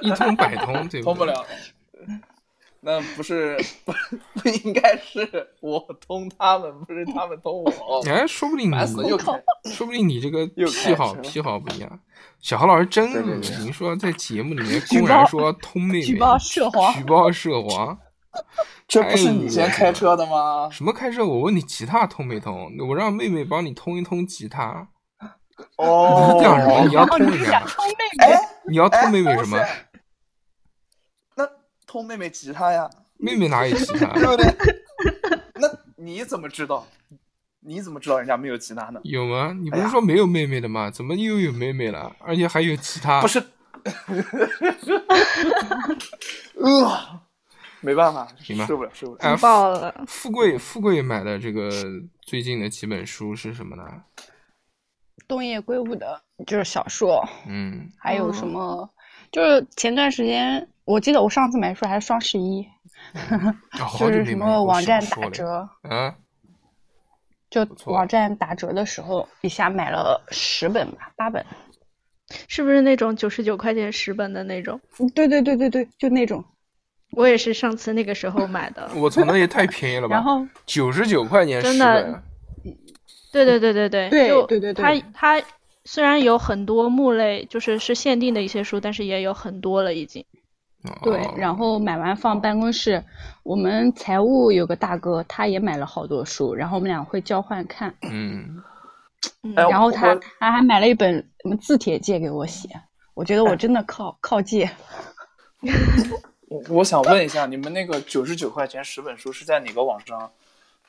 A: 一通百通，对不对？
C: 通不。了。那不是不不应该是我通他们，不是他们通
A: [laughs]
C: 我，
A: 哎，说不定
C: 烦死了！又
A: 你，
C: 开
A: 说不定你这个
C: 又
A: 癖好
C: 开始了
A: 癖好不一样。小何老师真
C: 对对
A: 恶
C: 对
A: 心，说在节目里面公然说通妹妹，
E: 举报涉黄
A: 举报涉黄，
C: 这不是你先开车的吗？
A: 什么开车？我问你吉他通没通？我让妹妹帮你通一通吉他，
C: 哦
A: 你想什么？你要
E: 哦，你
A: 通
E: 是
A: 一
E: 想
A: 下，
E: 充妹妹？
C: 哎，
A: 你要通妹妹什么？
C: 那通妹妹吉他呀，
A: 妹妹哪有吉他？ [laughs]
C: 对不对？那你怎么知道？你怎么知道人家没有吉他呢？
A: 有吗？你不
C: 哎
A: 是
C: 呀
A: 说没有妹妹的吗？怎么又有妹妹了？而且还有其他？
C: [laughs] 不，是，呃，没办法，
A: 行吧
C: 受不了，受不了。
A: 哎，
D: 爆了！
A: 富贵富贵买的这个最近的几本书是什么呢？
B: 东野圭吾的就是小说，
A: 嗯，
B: 还
E: 哦
B: 有什
D: 嗯
B: 么？就是前段时间，我记得我上次买书还是双十一，
A: 啊好
B: 就
A: 久
B: 是
A: 没
B: 什
A: 买过
B: 么网
A: 小
B: 站
A: 说
B: 打
A: 了
B: 折，
A: 啊？
B: 就
A: 错
B: 网站打折的时候，一下买了十本吧，八本。
D: 是不是那种九十九块钱十本的那种？
B: 嗯对对对对对，就那种。
D: 我也是上次那个时候买
A: [laughs]
D: 的。
A: 我操，那也太便宜了
B: [laughs]
A: 吧！
B: 然后
A: 九十九块钱十
D: 真的
A: 本，
D: 对对对对对，
B: 对
D: 就
B: 对对对
D: 它它虽然有很多目类，就是是限定的一些书，但是也有很多了已经。
B: 对，
A: 哦
B: 然后买完放办公室，我们财务有个大哥，他也买了好多书，然后我们俩会交换看。
A: 嗯，
D: 嗯，
C: 哎
B: 然后他
C: 我
B: 他还买了一本什么字帖借给我写，我觉得我真的靠靠借。
C: 我我想问一下，你们那个九十九块钱十本书是在哪个网上？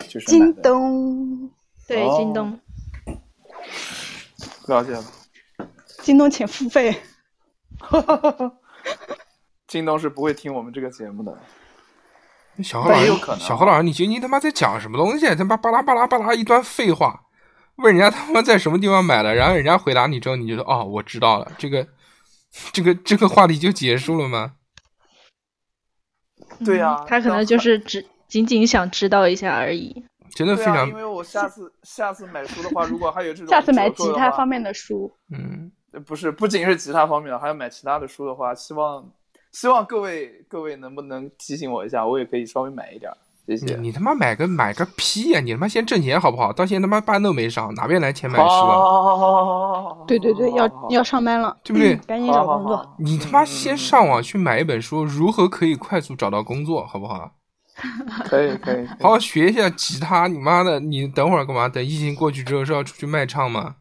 C: 就是买
B: 京
C: 的？
B: 东，
D: 对
C: 哦，
D: 京东。
C: 了解了。
B: 京东请付费。
C: 京东是不会听我们这个节目的。
A: 小何
C: 但
A: 老
C: 也
A: 师
C: 有可，能
A: 小何老师，你觉得你他妈在讲什么东西？他妈巴拉巴拉巴拉一段废话，问人家他妈在什么地方买的，然后人家回答你之后，你觉得哦，我知道了，这个这个这个话题就结束了吗？
C: 对呀、
D: 嗯他可能就是只仅仅想知道一下而
A: [laughs]
D: 已。
A: 真的
C: 对
A: 非
C: 啊，
A: 常
C: 因为我下次下次买书的话，如果还有这种
E: 下次买吉
C: 折扣的
E: 他
C: 话
E: 方面的书，
A: 嗯，
C: 呃不是，不仅是吉他方面的，还有买其他的书的话，希望希望各位各位能不能提醒我一下，我也可以稍微买一点儿，谢
A: 你
C: 谢。
A: 你他妈买个买个屁呀、你他妈先挣钱好不好？到现在他妈班都没上，哪边来钱买书
C: 好
A: 啊？
C: 好好好好好好好好，
E: 对对
B: 哦
E: 对，要要上班了，
A: 对不对
E: 嗯赶紧找
C: 好
E: 工作。。
A: 你他妈
C: 嗯
A: 先上网去买一本书，如何可以快速找到工作，好不好？
C: 好好好可以可
E: [laughs]
C: 以，可以
A: 好好学一下吉他。你妈的，你等会儿干嘛？等疫情过去之后是要出去卖唱吗？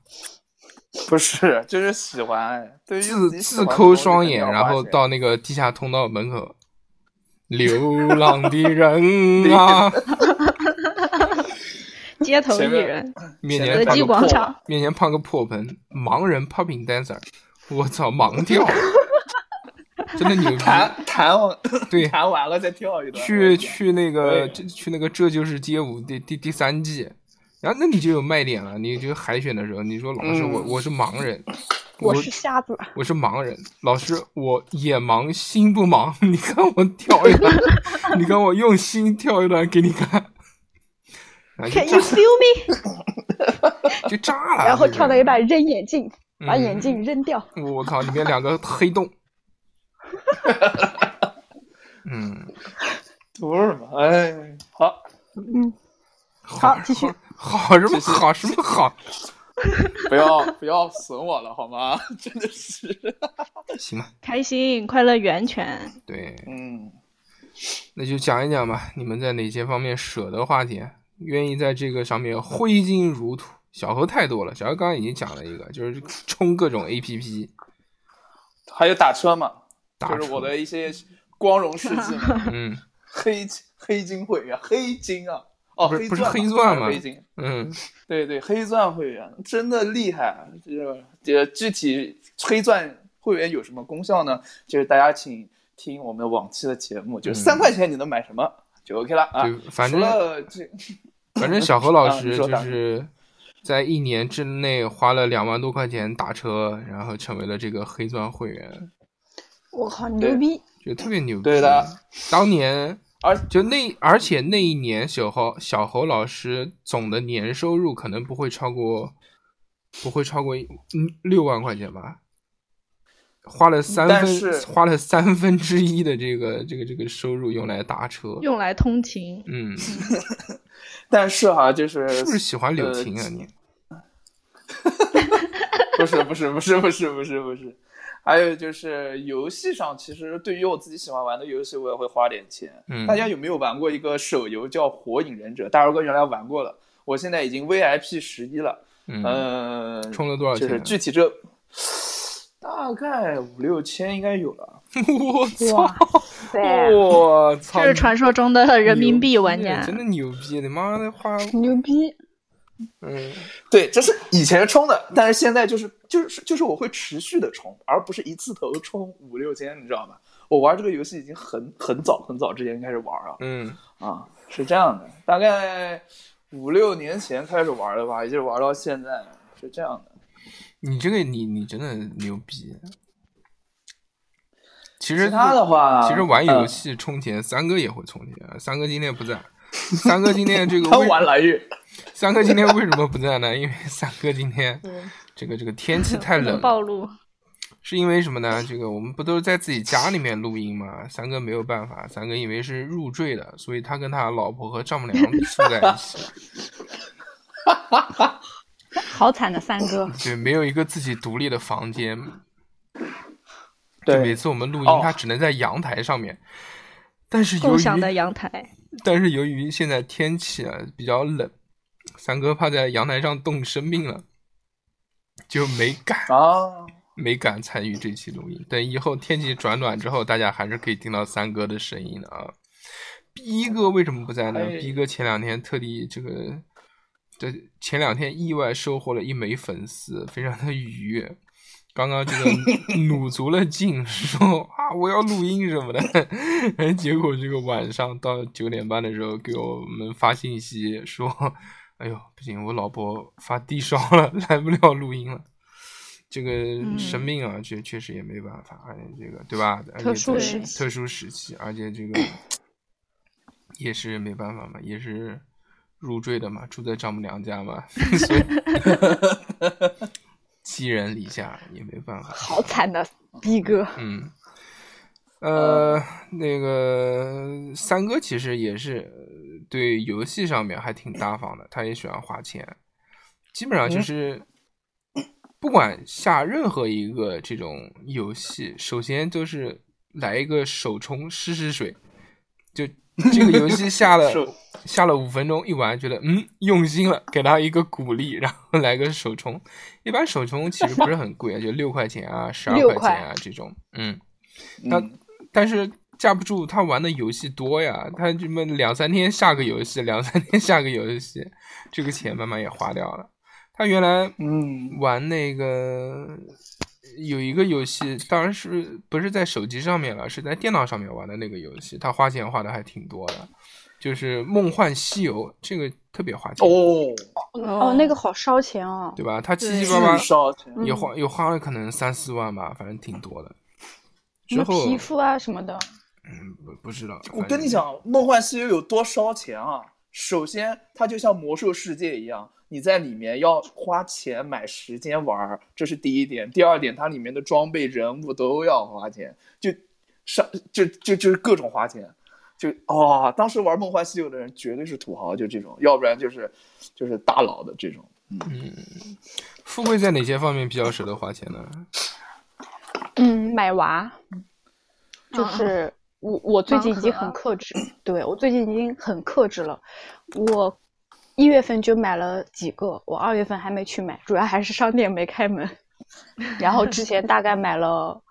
C: 不是就是喜欢，对于
A: 自
C: 己喜
A: 自
C: 欢的
A: 抠
C: 东西
A: 双
C: 肯定
A: 眼，
C: 要
A: 然
C: 花
A: 后
C: 钱
A: 到那个地下通道门口。流浪
C: [laughs]
A: 的人啊，
D: 街头
C: 前
D: 艺
C: 面
D: 人，
A: 面
C: 前
A: 前
C: 面
D: 德
A: 放
D: 基
A: 个
C: 过
D: 广
A: 破 [laughs]
D: 场，
A: 面前胖个破盆，盲人 popping dancer，我操，盲跳，
C: [laughs]
A: 真的牛逼！
C: 弹弹完 [laughs]
A: [laughs]
E: [laughs]
A: 对
C: 弹完了再跳一段，
A: 去去那个
C: 对
A: 这去那个这就是街舞第第第三季，然后那你就有卖点了。你就海选的时候，你说老师
C: 嗯
A: 我我是盲人，
E: 我
A: 我
E: 是瞎子，
A: 我是盲人，老师我眼盲心不盲， [laughs] 你看我跳一段， [laughs] 你看我用心跳一段给你看。啊，就
E: Can you
A: 炸
E: feel me？
A: 就炸了，
E: [laughs] 然后
A: 这个
E: 跳了一半，扔眼镜，把
A: 啊嗯
E: 眼镜扔掉。
A: 我靠，里面两个黑洞。 [laughs] 嗯，
C: 不是嘛？哎，好，
E: 嗯，
A: 好
E: 好继续。
A: 好好什么好什么好？
C: 不要不要损我了好吗？ [laughs] 真的是，
A: 行吧，
D: 开心快乐
A: [laughs]
D: 源泉。
A: 对，
C: 嗯，
A: 那就讲一讲吧，你们在哪些方面舍得花钱，愿意在这个上面挥金如土？小何太多了，小何刚刚已经讲了一个，就是充各种 A P P
C: 还有打车嘛，
A: 打
C: 就是
A: 车
C: 我的一些光荣事迹嘛。
A: [laughs] 嗯
C: 黑金黑金会员，黑金啊，哦，
A: 不是
C: 黑
A: 不是黑
C: 钻嘛
A: 钻
C: 还
A: 吗
C: 有黑金，
A: 嗯，
C: 对对，黑钻会员真的厉害。就是这具体黑钻会员有什么功效呢？就是大家请听我们往期的节目，就是
A: 嗯
C: 三块钱你能买什么就 OK 了啊。
A: 对，反
C: 除
A: 正
C: 了这，
A: 反正小何老
C: 啊
A: 师
C: 你说
A: 就
C: 打
A: 是在一年之内花了两万多块钱打车，然后成为了这个黑钻会员，
E: 我靠，
C: 对
E: 牛逼！
A: 就特别牛逼。
C: 对的，
A: 当年
C: 而
A: 就那而且那一年小侯小侯老师总的年收入可能不会超过不会超过一嗯六万块钱吧。花了三
C: 但
A: 分
C: 是，
A: 花了三分之一的这个这个这个收入用来打车，
D: 用来通勤。
A: 嗯，是
C: 但是哈、就是
A: 不是喜欢柳
C: 呃
A: 琴啊你？
C: 不是不是不是不是不是不是，还有就是游戏上，其实对于我自己喜欢玩的游戏，我也会花点钱。
A: 嗯
C: 大家有没有玩过一个手游叫《火影忍者》？大姚哥原来玩过了，我现在已经 VIP 十一了。
A: 嗯，
C: 嗯，
A: 充了多少
C: 就
A: 钱
C: 是
A: 啊？
C: 具体这大概五六千应该有了。
A: 啊 [laughs] 我操！
E: 哇
C: [laughs]
E: 塞，
A: 我操！
D: 这是传说中的人民币玩
A: 牛
D: 家
A: 逼，真的牛逼！啊你妈的花，
E: 牛逼！
A: 嗯，
C: 对，这是以前充的，但是现在就是就是就是我会持续的充，而不是一次头充五六千，你知道吗？我玩这个游戏已经很很早很早之前开始玩啊。
A: 嗯，
C: 啊，是这样的，大概五六年前开始玩的吧，一直玩到现在，是这样的。
A: 你这个你你真的牛逼。其实
C: 其他的话，
A: 其实玩游
C: 嗯，
A: 戏充钱，三哥也会充钱。啊三哥今天不在，三哥今天这个
C: [laughs] 他
A: 为
C: 嗯玩蓝月，
A: 三哥今天为什么不在呢？因为 [laughs] 三哥今天这个这个天气太冷了
D: 暴，露。
A: 是因为什么呢？这个我们不都是在自己家里面录音吗？三哥没有办法，三哥因为是入赘的，所以他跟他老婆和丈母娘住在一起。 [laughs]
E: 好惨的三哥，
A: 对，没有一个自己独立的房间。就每
C: 对，
A: 次我们录音
C: 哦，
A: 他只能在阳台上面。但是由
D: 共享的
A: 于，
D: 阳台，
A: 但是由于现在天气啊比较冷，三哥怕在阳台上冻生病了，就没 [laughs] 敢
C: 啊，
A: 没敢参与这期录音。等以后天气转暖之后，大家还是可以听到三哥的声音的啊。逼哥为什么不在呢？
C: 哎
A: 逼哥前两天特地这个，这前两天意外收获了一枚粉丝，非常的愉悦。刚刚这个努足了劲，说啊我要录音什么的，哎， [laughs] 结果这个晚上到九点半的时候给我们发信息说，哎呦不行，我老婆发低烧了， [laughs] 来不了录音了。这
E: 嗯
A: 个生病啊，确、确实也没办法，而且这个对吧？而且
E: 特殊
A: 在
E: 时
D: 期
E: [coughs]
A: 特殊时期，而且这个也是没办法嘛，也是入赘的嘛，住在丈母娘家嘛， [laughs] 所以寄人篱下也没办法。
E: 好惨的逼哥，
A: 嗯，呃，那个三哥其实也是呃对游戏上面还挺大方的，他也喜欢花钱，基本上就是不管下任何一个这种游戏，首先都是来一个首充试试水，就这个游戏下了
C: 手
A: 下了五分钟一玩，觉得嗯用心了，给他一个鼓励，然后来个首充。一般首充其实不是很贵，就六块钱啊、十二
E: 六
A: 块
E: 块
A: 钱啊这种。嗯，那
C: 嗯，
A: 但是架不住他玩的游戏多呀，他这么两三天下个游戏，两三天下个游戏，这个钱慢慢也花掉了。他原来
C: 嗯
A: 玩那个有一个游戏，当然是不是在手机上面了，是在电脑上面玩的那个游戏，他花钱花的还挺多的，就是《梦幻西游》，这个特别花钱，
C: 哦，
E: 哦，那个好烧钱哦，
A: 对吧？他七
D: 对
A: 七八八
C: 巨烧钱，
E: 嗯
A: 也花也花了可能三四万吧，反正挺多的。
E: 什
A: 之
E: 么
A: 后
E: 皮肤啊什么的，
A: 嗯，不不知道。
C: 我
A: 反
C: 跟
A: 正
C: 你讲，《梦幻西游》有多烧钱啊！首先，它就像魔兽世界一样，你在里面要花钱买时间玩儿，这是第一点。第二点，它里面的装备、人物都要花钱，就上就就就是各种花钱。就哦，当时玩《梦幻西游》的人绝对是土豪，就这种，要不然就是就是大佬的这种。
A: 富贵在哪些方面比较舍得花钱呢？
E: 嗯，买娃，就
D: 啊
E: 是我我最近已经很
D: 盲盒
E: 克制，对我最近已经很克制了。我一月份就买了几个，我二月份还没去买，主要还是商店没开门。然后之前大概买了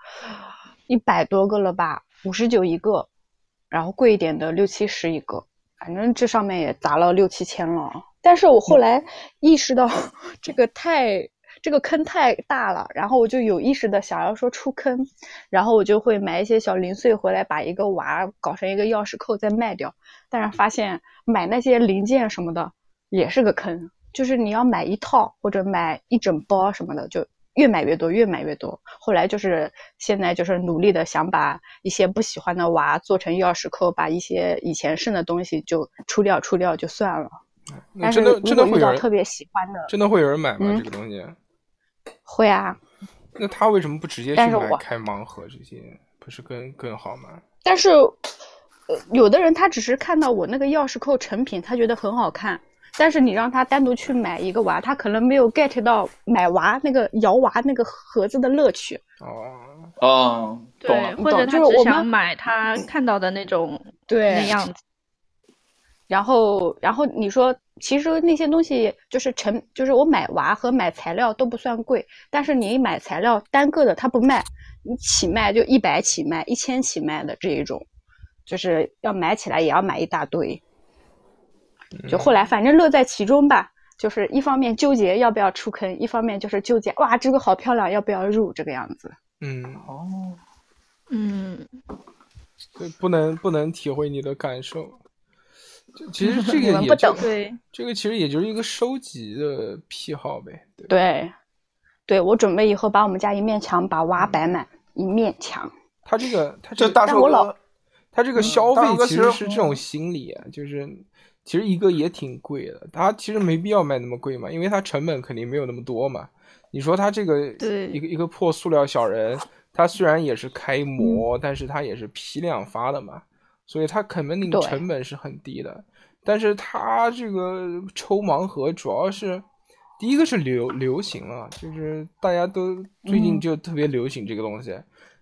E: 一百多个了吧，五十九一个，然后贵一点的六七十一个，反正这上面也砸了六七千了。但是我后来意识到 [laughs] 这个太这个坑太大了，然后我就有意识的想要说出坑，然后我就会买一些小零碎回来，把一个娃搞成一个钥匙扣再卖掉。但是发现买那些零件什么的也是个坑，就是你要买一套或者买一整包什么的，就越买越多，越买越多。后来就是现在就是努力的想把一些不喜欢的娃做成钥匙扣，把一些以前剩的东西就出掉，出掉就算了。
A: 那
E: 但是
A: 真
E: 如
A: 的
E: 果
A: 真的会
E: 遇
A: 有
E: 到
A: 人
E: 特别喜欢的，
A: 真的会有人买吗？
E: 嗯
A: 这个东西？
E: 会啊，
A: 那他为什么不直接去
E: 但是
A: 买
E: 我
A: 开盲盒这些？不是更更好吗？
E: 但是，呃，有的人他只是看到我那个钥匙扣成品，他觉得很好看。但是你让他单独去买一个娃，他可能没有 get 到买娃那个摇娃那个盒子的乐趣。
A: 哦，
C: 啊，懂
D: 对，
C: 了。
D: 或者
E: 懂
D: 他
E: 就是
D: 只
E: 我
D: 想
E: 们
D: 买他看到的那种
E: 对
D: 那样子。
E: 然后，然后你说，其实那些东西就是成，就是我买娃和买材料都不算贵，但是你一买材料单个的他不卖，你起卖就一百起卖、一千起卖的这一种，就是要买起来也要买一大堆。就后来反正乐在其中吧，就是一方面纠结要不要出坑，一方面就是纠结哇这个好漂亮要不要入这个样子。
A: 嗯，
C: 哦，
D: 嗯，
A: 对不能不能体会你的感受。就其实这
E: [laughs] 你
A: 个
E: 们
A: 也
E: 不
A: 就
E: 懂
D: 对，
A: 这个其实也就是一个收集的癖好呗，对吧
E: 对，对我准备以后把我们家一面墙把娃摆满一面墙。
A: 他这个他这
C: 这
A: 个
C: 大
E: 但
C: 寿
E: 我
C: 哥
E: 老
A: 他这个消
C: 大哥
A: 费其
C: 其
A: 实
C: 实
A: 是这种心理啊，就是其实一个也挺贵的，他其实没必要卖那么贵嘛，因为他成本肯定没有那么多嘛。你说他这个
D: 对
A: 一个一个破塑料小人，他虽然也是开模，但是他也是批量发的嘛，所以他肯定
E: 对
A: 成本是很低的。但是他这个抽盲盒主要是第一个是流流行了，就是大家都最近
E: 嗯
A: 就特别流行这个东西。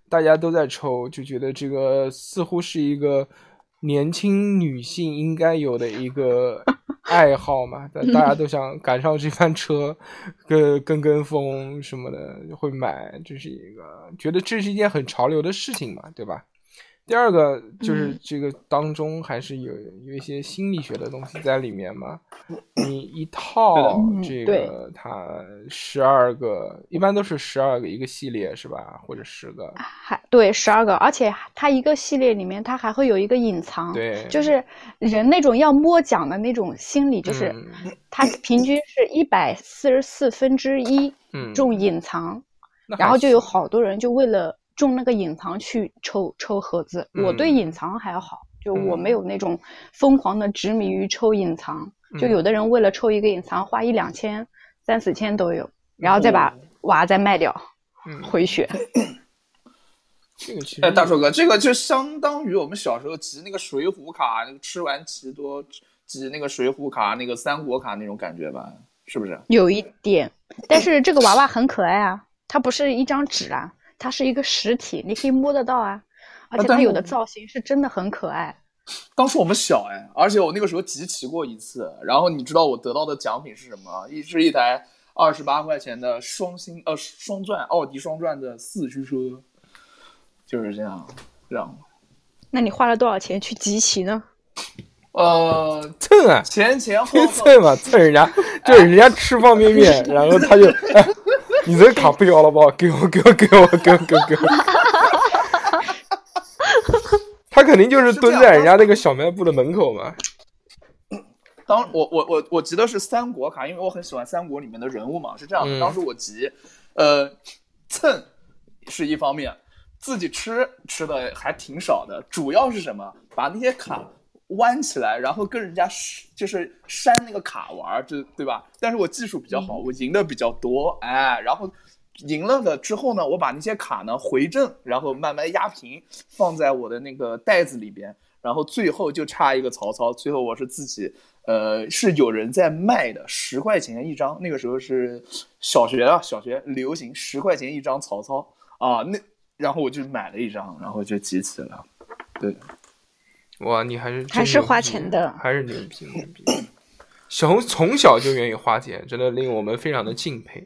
A: 大家都在抽，就觉得这个似乎是一个年轻女性应该有的一个爱好嘛。大大家都想赶上这班车，跟跟跟风什么的，会买，这是一个觉得这是一件很潮流的事情嘛，对吧？第二个就是
D: 嗯
A: 这个当中还是有有一些心理学的东西在里面嘛。你一套
E: 嗯
A: 这
E: 对
A: 个它十二个，一般都是十二个一个系列是吧？或者十个？
E: 还对十二个，而且它一个系列里面它还会有一个隐藏，
A: 对，
E: 就是人那种要摸奖的那种心理，就是
A: 嗯
E: 它平均是一百四十四分之一
A: 嗯
E: 中隐藏，
A: 那
E: 然
A: 还
E: 后就是有好多人就为了中那个隐藏去抽抽盒子。我对
A: 嗯
E: 隐藏还好，就我没有那种疯狂的执迷于抽隐藏，就有的
A: 嗯
E: 人为了抽一个隐藏花一两千、三四千都有，然后
A: 哦
E: 再把娃再卖掉
A: 嗯
E: 回血。
A: 这个其实
C: 哎，大硕哥，这个就相当于我们小时候集那个水浒卡，那个吃完奇多集那个水浒卡、那个三国卡那种感觉吧，是不是？
E: 有一点，但是这个娃娃很可爱啊，它不是一张纸啊，它是一个实体，你可以摸得到啊，而且
C: 但
E: 它
C: 是
E: 有
C: 我
E: 的造型是真的很可爱。
C: 当时我们小哎，而且我那个时候集齐过一次，然后你知道我得到的奖品是什么？一是一台二十八块钱的双星呃双钻奥迪双钻的四驱车，就是这样，这样。
E: 那你花了多少钱去集齐呢？
C: 呃，
A: 蹭
C: [laughs]
A: 啊，
C: 前前后
A: 就 [laughs]
C: 后
A: 蹭嘛，蹭人家，就是人家吃方便面，然后他就，哎，你这个卡不要了吧？给我，给我，给我，给我，给我，给 [laughs] 我。他肯定就是蹲在人家那个小卖部的门口嘛。
C: 当我我我我集的是三国卡，因为我很喜欢三国里面的人物嘛，是这样的。
A: 嗯
C: 当时我集，呃，蹭是一方面，自己吃吃的还挺少的，主要是什么？把那些卡弯起来，然后跟人家是就是扇那个卡玩儿，这对吧？但是我技术比较好，我赢的比较多，哎，然后。赢了的之后呢，我把那些卡呢回正，然后慢慢压平，放在我的那个袋子里边，然后最后就差一个曹操，最后我是自己，呃，是有人在卖的，十块钱一张，那个时候是小学啊，小学流行十块钱一张曹操啊，那然后我就买了一张，然后就集齐了。
A: 哇，你还是真
E: 还是
A: 牛
E: 花
A: 逼
E: 钱的
A: 还是牛
E: [laughs]
A: 逼牛逼。小红从小就愿意花钱，真的令我们非常的敬佩。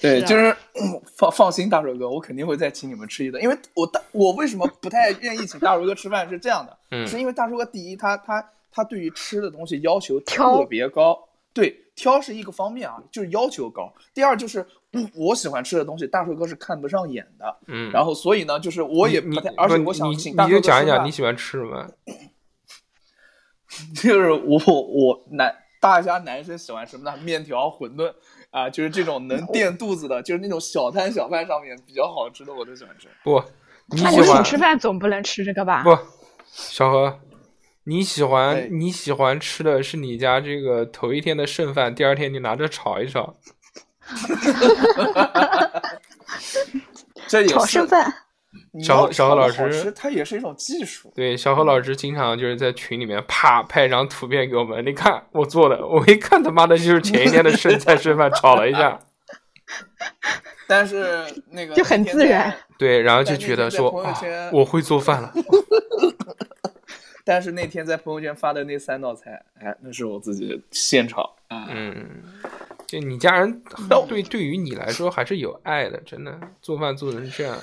C: 对，
E: 是啊
C: 就是嗯放放心，大帅哥，我肯定会再请你们吃一顿，因为我大我为什么不太愿意请大帅哥吃饭是这样的，
A: 嗯
C: 是因为大叔哥第一，他他他对于吃的东西要求
E: 挑
C: 特别高，对，挑是一个方面啊，就是要求高。第二就是，嗯，我喜欢吃的东西，大帅哥是看不上眼的。
A: 嗯，
C: 然后所以呢，就是我也
A: 你
C: 不太，
A: 你
C: 而且
A: 不
C: 我想
A: 你
C: 请大
A: 你
C: 帅哥
A: 就讲一
C: 吃
A: 讲
C: 饭
A: 你喜欢吃什么。
C: [laughs] 就是我我男大家男生喜欢什么呢？面条、馄饨啊、就是这种能垫肚子的，就是那种小摊小贩上面比较好吃的，我都喜欢吃。
A: 不，你
E: 那
A: 喜
E: 你请
A: 欢
E: 吃饭总不能吃这个吧？
A: 不，小何，你喜欢
C: 对
A: 你喜欢吃的是你家这个头一天的剩饭，第二天你拿着炒一炒。
C: 这也
E: 炒
C: 是
E: 剩饭，
C: 你
A: 小
C: 要
A: 小
C: 炒
A: 何老
C: 得好
A: 师
C: 吃它也是一种技术。
A: 对，小何老师经常就是在群里面啪拍一张图片给我们，你看我做的，我一看他妈的就是前一天的剩菜剩饭炒了一下，
C: 但是那个
E: 就很
C: 那天
E: 自
C: 在
E: 然。
A: 对，然后就
C: 但那
A: 觉得
C: 天在
A: 说
C: 朋友
A: 啊
C: 圈，
A: 我会做
C: [laughs]
A: 饭了。
C: 但是那天在朋友圈发的那三道菜，哎，那是我自己现炒啊。
A: 嗯，就你家人
C: 那我
A: 对对于你来说还是有爱的，真的做饭做成这样，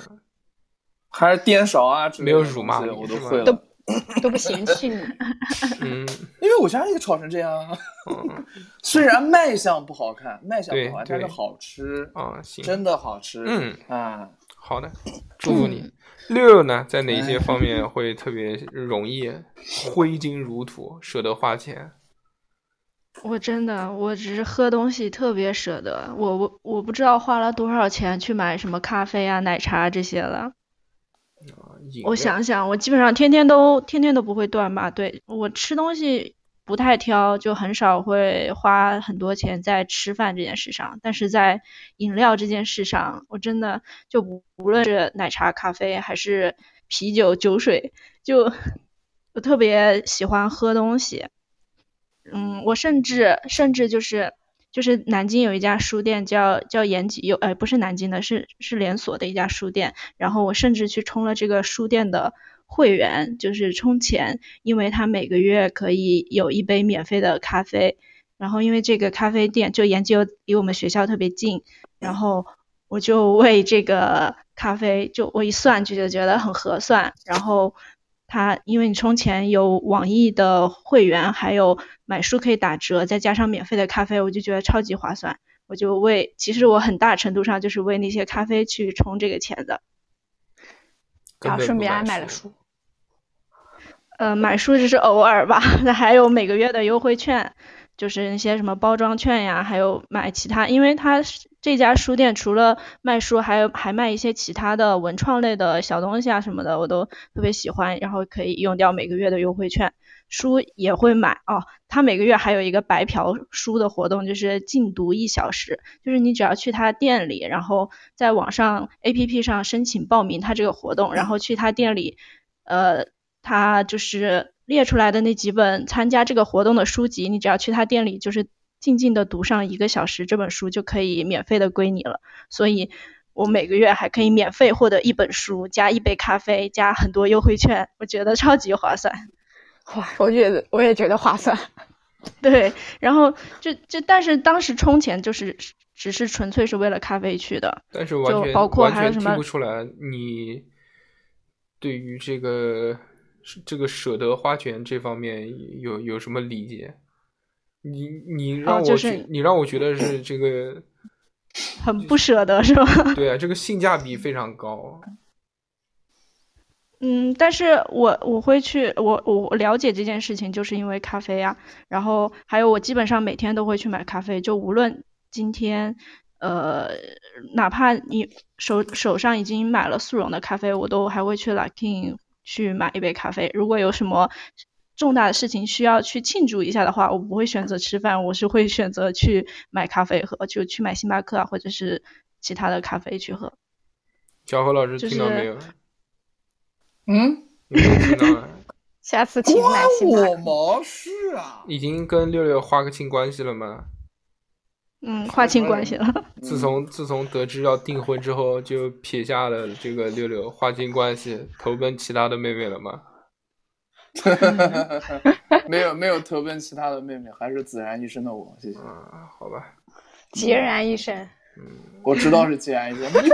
C: 还是颠勺啊之类
A: 没
C: 的
A: 有辱骂
C: 东西
A: 你
C: 我都
A: 是吗
C: 会
E: 都
C: 了，
E: 都不嫌弃
A: [laughs]
E: 你。啊
A: 嗯，
C: 因为我家也炒成这样啊。
A: 嗯
C: 虽然卖相不好看，卖相
A: 对
C: 不好看，
A: 对
C: 但是好吃，
A: 啊，行，
C: 真的好吃。
A: 嗯
C: 啊，
A: 好
C: [sniffs]
A: 的，祝福
C: 嗯
A: 你。六六呢，在
C: 哎
A: 哪些方
C: [laughs]
A: 面会特别容易挥金如土，舍得花钱？
D: 我真的，我只是喝东西特别舍得，我我我不知道花了多少钱去买什么咖啡啊、奶茶这些了。
A: 啊饮料
D: 我想想，我基本上天天都天天都不会断吧？对，我吃东西不太挑，就很少会花很多钱在吃饭这件事上，但是在饮料这件事上，我真的就无无论是奶茶、咖啡还是啤酒、酒水，就我特别喜欢喝东西。嗯，我甚至甚至就是就是南京有一家书店叫叫延吉，有呃不是南京的，是是连锁的一家书店。然后我甚至去充了这个书店的会员，就是充钱，因为它每个月可以有一杯免费的咖啡。然后因为这个咖啡店就延吉又离我们学校特别近，然后我就为这个咖啡，就我一算就觉得很合算。然后它因为你充钱有网易的会员，还有买书可以打折，再加上免费的咖啡，我就觉得超级划算。我就为，其实我很大程度上就是为那些咖啡去充这个钱的。
A: 根
E: 然后
A: 本
E: 顺
A: 不
E: 便还
A: 买
E: 买了书，
D: 呃，买书只是偶尔吧， [laughs] 那还有每个月的优惠券，就是那些什么包装券呀，还有买其他，因为它是这家书店除了卖书，还有还卖一些其他的文创类的小东西啊什么的，我都特别喜欢，然后可以用掉每个月的优惠券。书也会买哦，他每个月还有一个白嫖书的活动，就是禁读一小时，就是你只要去他店里，然后在网上 APP 上申请报名他这个活动，然后去他店里，呃，他就是列出来的那几本参加这个活动的书籍，你只要去他店里，就是静静的读上一个小时，这本书就可以免费的归你了。所以我每个月还可以免费获得一本书，加一杯咖啡，加很多优惠券，我觉得超级划算。 [laughs]
E: [laughs] 哇，我觉得我也觉得划 [laughs] 算。
D: 对，然后就就但是当时充钱就是只是纯粹是为了咖啡去的，
A: 但是完
D: 就
A: 全
D: 包括
A: 完
D: 还有
A: 全
D: 什
A: 听
D: 么
A: 不出来你对于这个这个舍得花钱这方面有有什么理解？你你让我觉、
D: 哦就是
A: 你让我觉得是这
D: [laughs]
A: 个
D: 很不舍得是吧？
A: 对啊，这个性价比非常高。
D: 嗯，但是我我会去，我我了解这件事情，就是因为咖啡啊，然后还有我基本上每天都会去买咖啡，就无论今天，呃，哪怕你手手上已经买了速溶的咖啡，我都还会去 Luckin 去买一杯咖啡。如果有什么重大的事情需要去庆祝一下的话，我不会选择吃饭，我是会选择去买咖啡喝，就去买星巴克啊，或者是其他的咖啡去喝。
A: 小何老师
D: 就
A: 听到
D: 是
A: 没
D: [laughs]
A: 有？
C: 嗯，
A: 有没有听到啊？
E: 下次请买星巴
C: 我
E: 克。
C: 毛事啊！
A: 已经跟六六划个清关系了吗？
D: 嗯，划清关系了。
A: 自
D: 嗯
A: 从自从得知要订婚之后，就撇下了这个六六，划清关系，投奔其他的妹妹了吗？
C: 没有没有投奔其他的妹妹，还是孑然一身的我，谢谢。
A: 啊，好吧，
E: 孑然一身，
C: 我知道是孑然一身。 [laughs] 你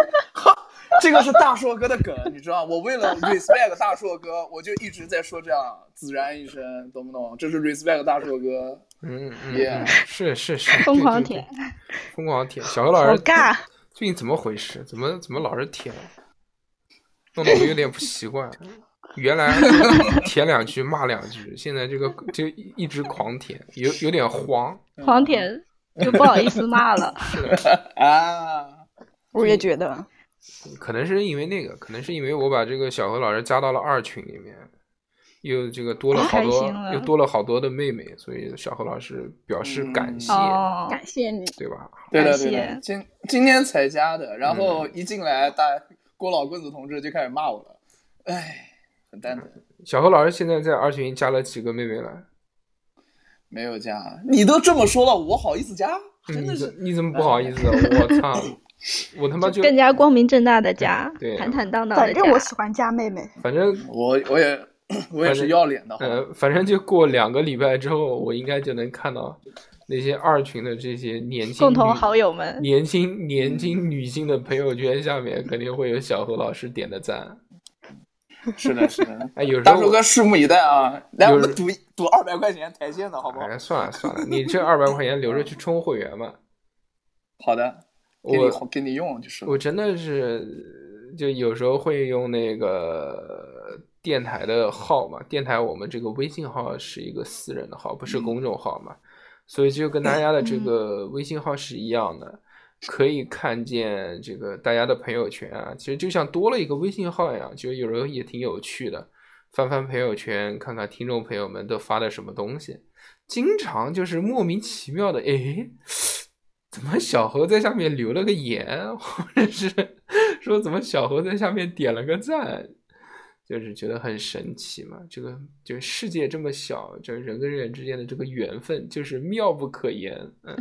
C: 这个是大硕哥的梗，你知道？我为了 respect 大硕哥，我就一直在说这样孑然一身，懂不懂？这是 respect 大硕哥。
A: 嗯嗯
C: Yeah
A: 嗯，是是是，
D: 疯
A: 对
D: 狂，
A: 对
D: 舔
A: 对疯狂舔。小何老
E: 好
A: 师
E: 尬。
A: 最近怎么回事？怎么怎么老是舔？弄得我有点不习惯。原
D: [laughs]
A: 来舔两句骂两句，现在这个就一直狂舔，有有点慌。
D: 狂 [laughs] 舔嗯就不好意思骂 [laughs] 了。
C: 啊，
E: 我也觉 [laughs] 得，
A: 可能是因为那个，可能是因为我把这个小何老师加到了二群里面，又这个多了好
D: 太
A: 多
D: 哦开心，了
A: 又多了好多的妹妹，所以小何老师表示感谢，
D: 哦，
E: 感谢你。
A: 对吧？
C: 对的
D: 感
C: 对的
D: 谢，
C: 今今天才加的，然后一进来，大郭老棍子同志就开始骂我了，哎，很蛋疼，
A: 小何老师现在在二群加了几个妹妹了？
C: 没有加。你都这么说了，我好意思加？真的
A: 嗯你怎
C: 是
A: 你怎
D: 哎
A: 么不好意思啊？我操！我他妈就
D: 更加光明正大的家
A: 对，
D: 坦坦荡荡的
E: 反
D: 家
E: 正。我喜欢加妹妹，
A: 反正
C: 我我也 [coughs] 我也是要脸的，好吧
A: 呃，反正就过两个礼拜之后，我应该就能看到那些二群的这些年轻
D: 共同
A: 女
D: 好友们，嗯
A: 年轻年轻女性的朋友圈下面肯定会有小何老师点的赞。
C: 是的，是的。
A: 哎，有时
C: 大
A: 候
C: 叔
A: 我
C: 哥拭目以待啊！来，
A: 有
C: 我们赌一赌二百块钱台线的好不好？
A: 哎，算了算了，你这二百块钱留着去充会员吧。
C: 好的，给你
A: 我
C: 给你用就是了。
A: 我真的是就有时候会用那个电台的号嘛，电台我们这个微信号是一个私人的号，不是公众号嘛，所以就跟大家的这个微信号是一样的。可以看见这个大家的朋友圈啊，其实就像多了一个微信号一样，其实有时候也挺有趣的。翻翻朋友圈，看看听众朋友们都发的什么东西，经常就是莫名其妙的，诶，怎么小何在下面留了个言， [laughs] 或者是说怎么小何在下面点了个赞，就是觉得很神奇嘛。这个就是世界这么小，这人跟人之间的这个缘分就是妙不可言。嗯，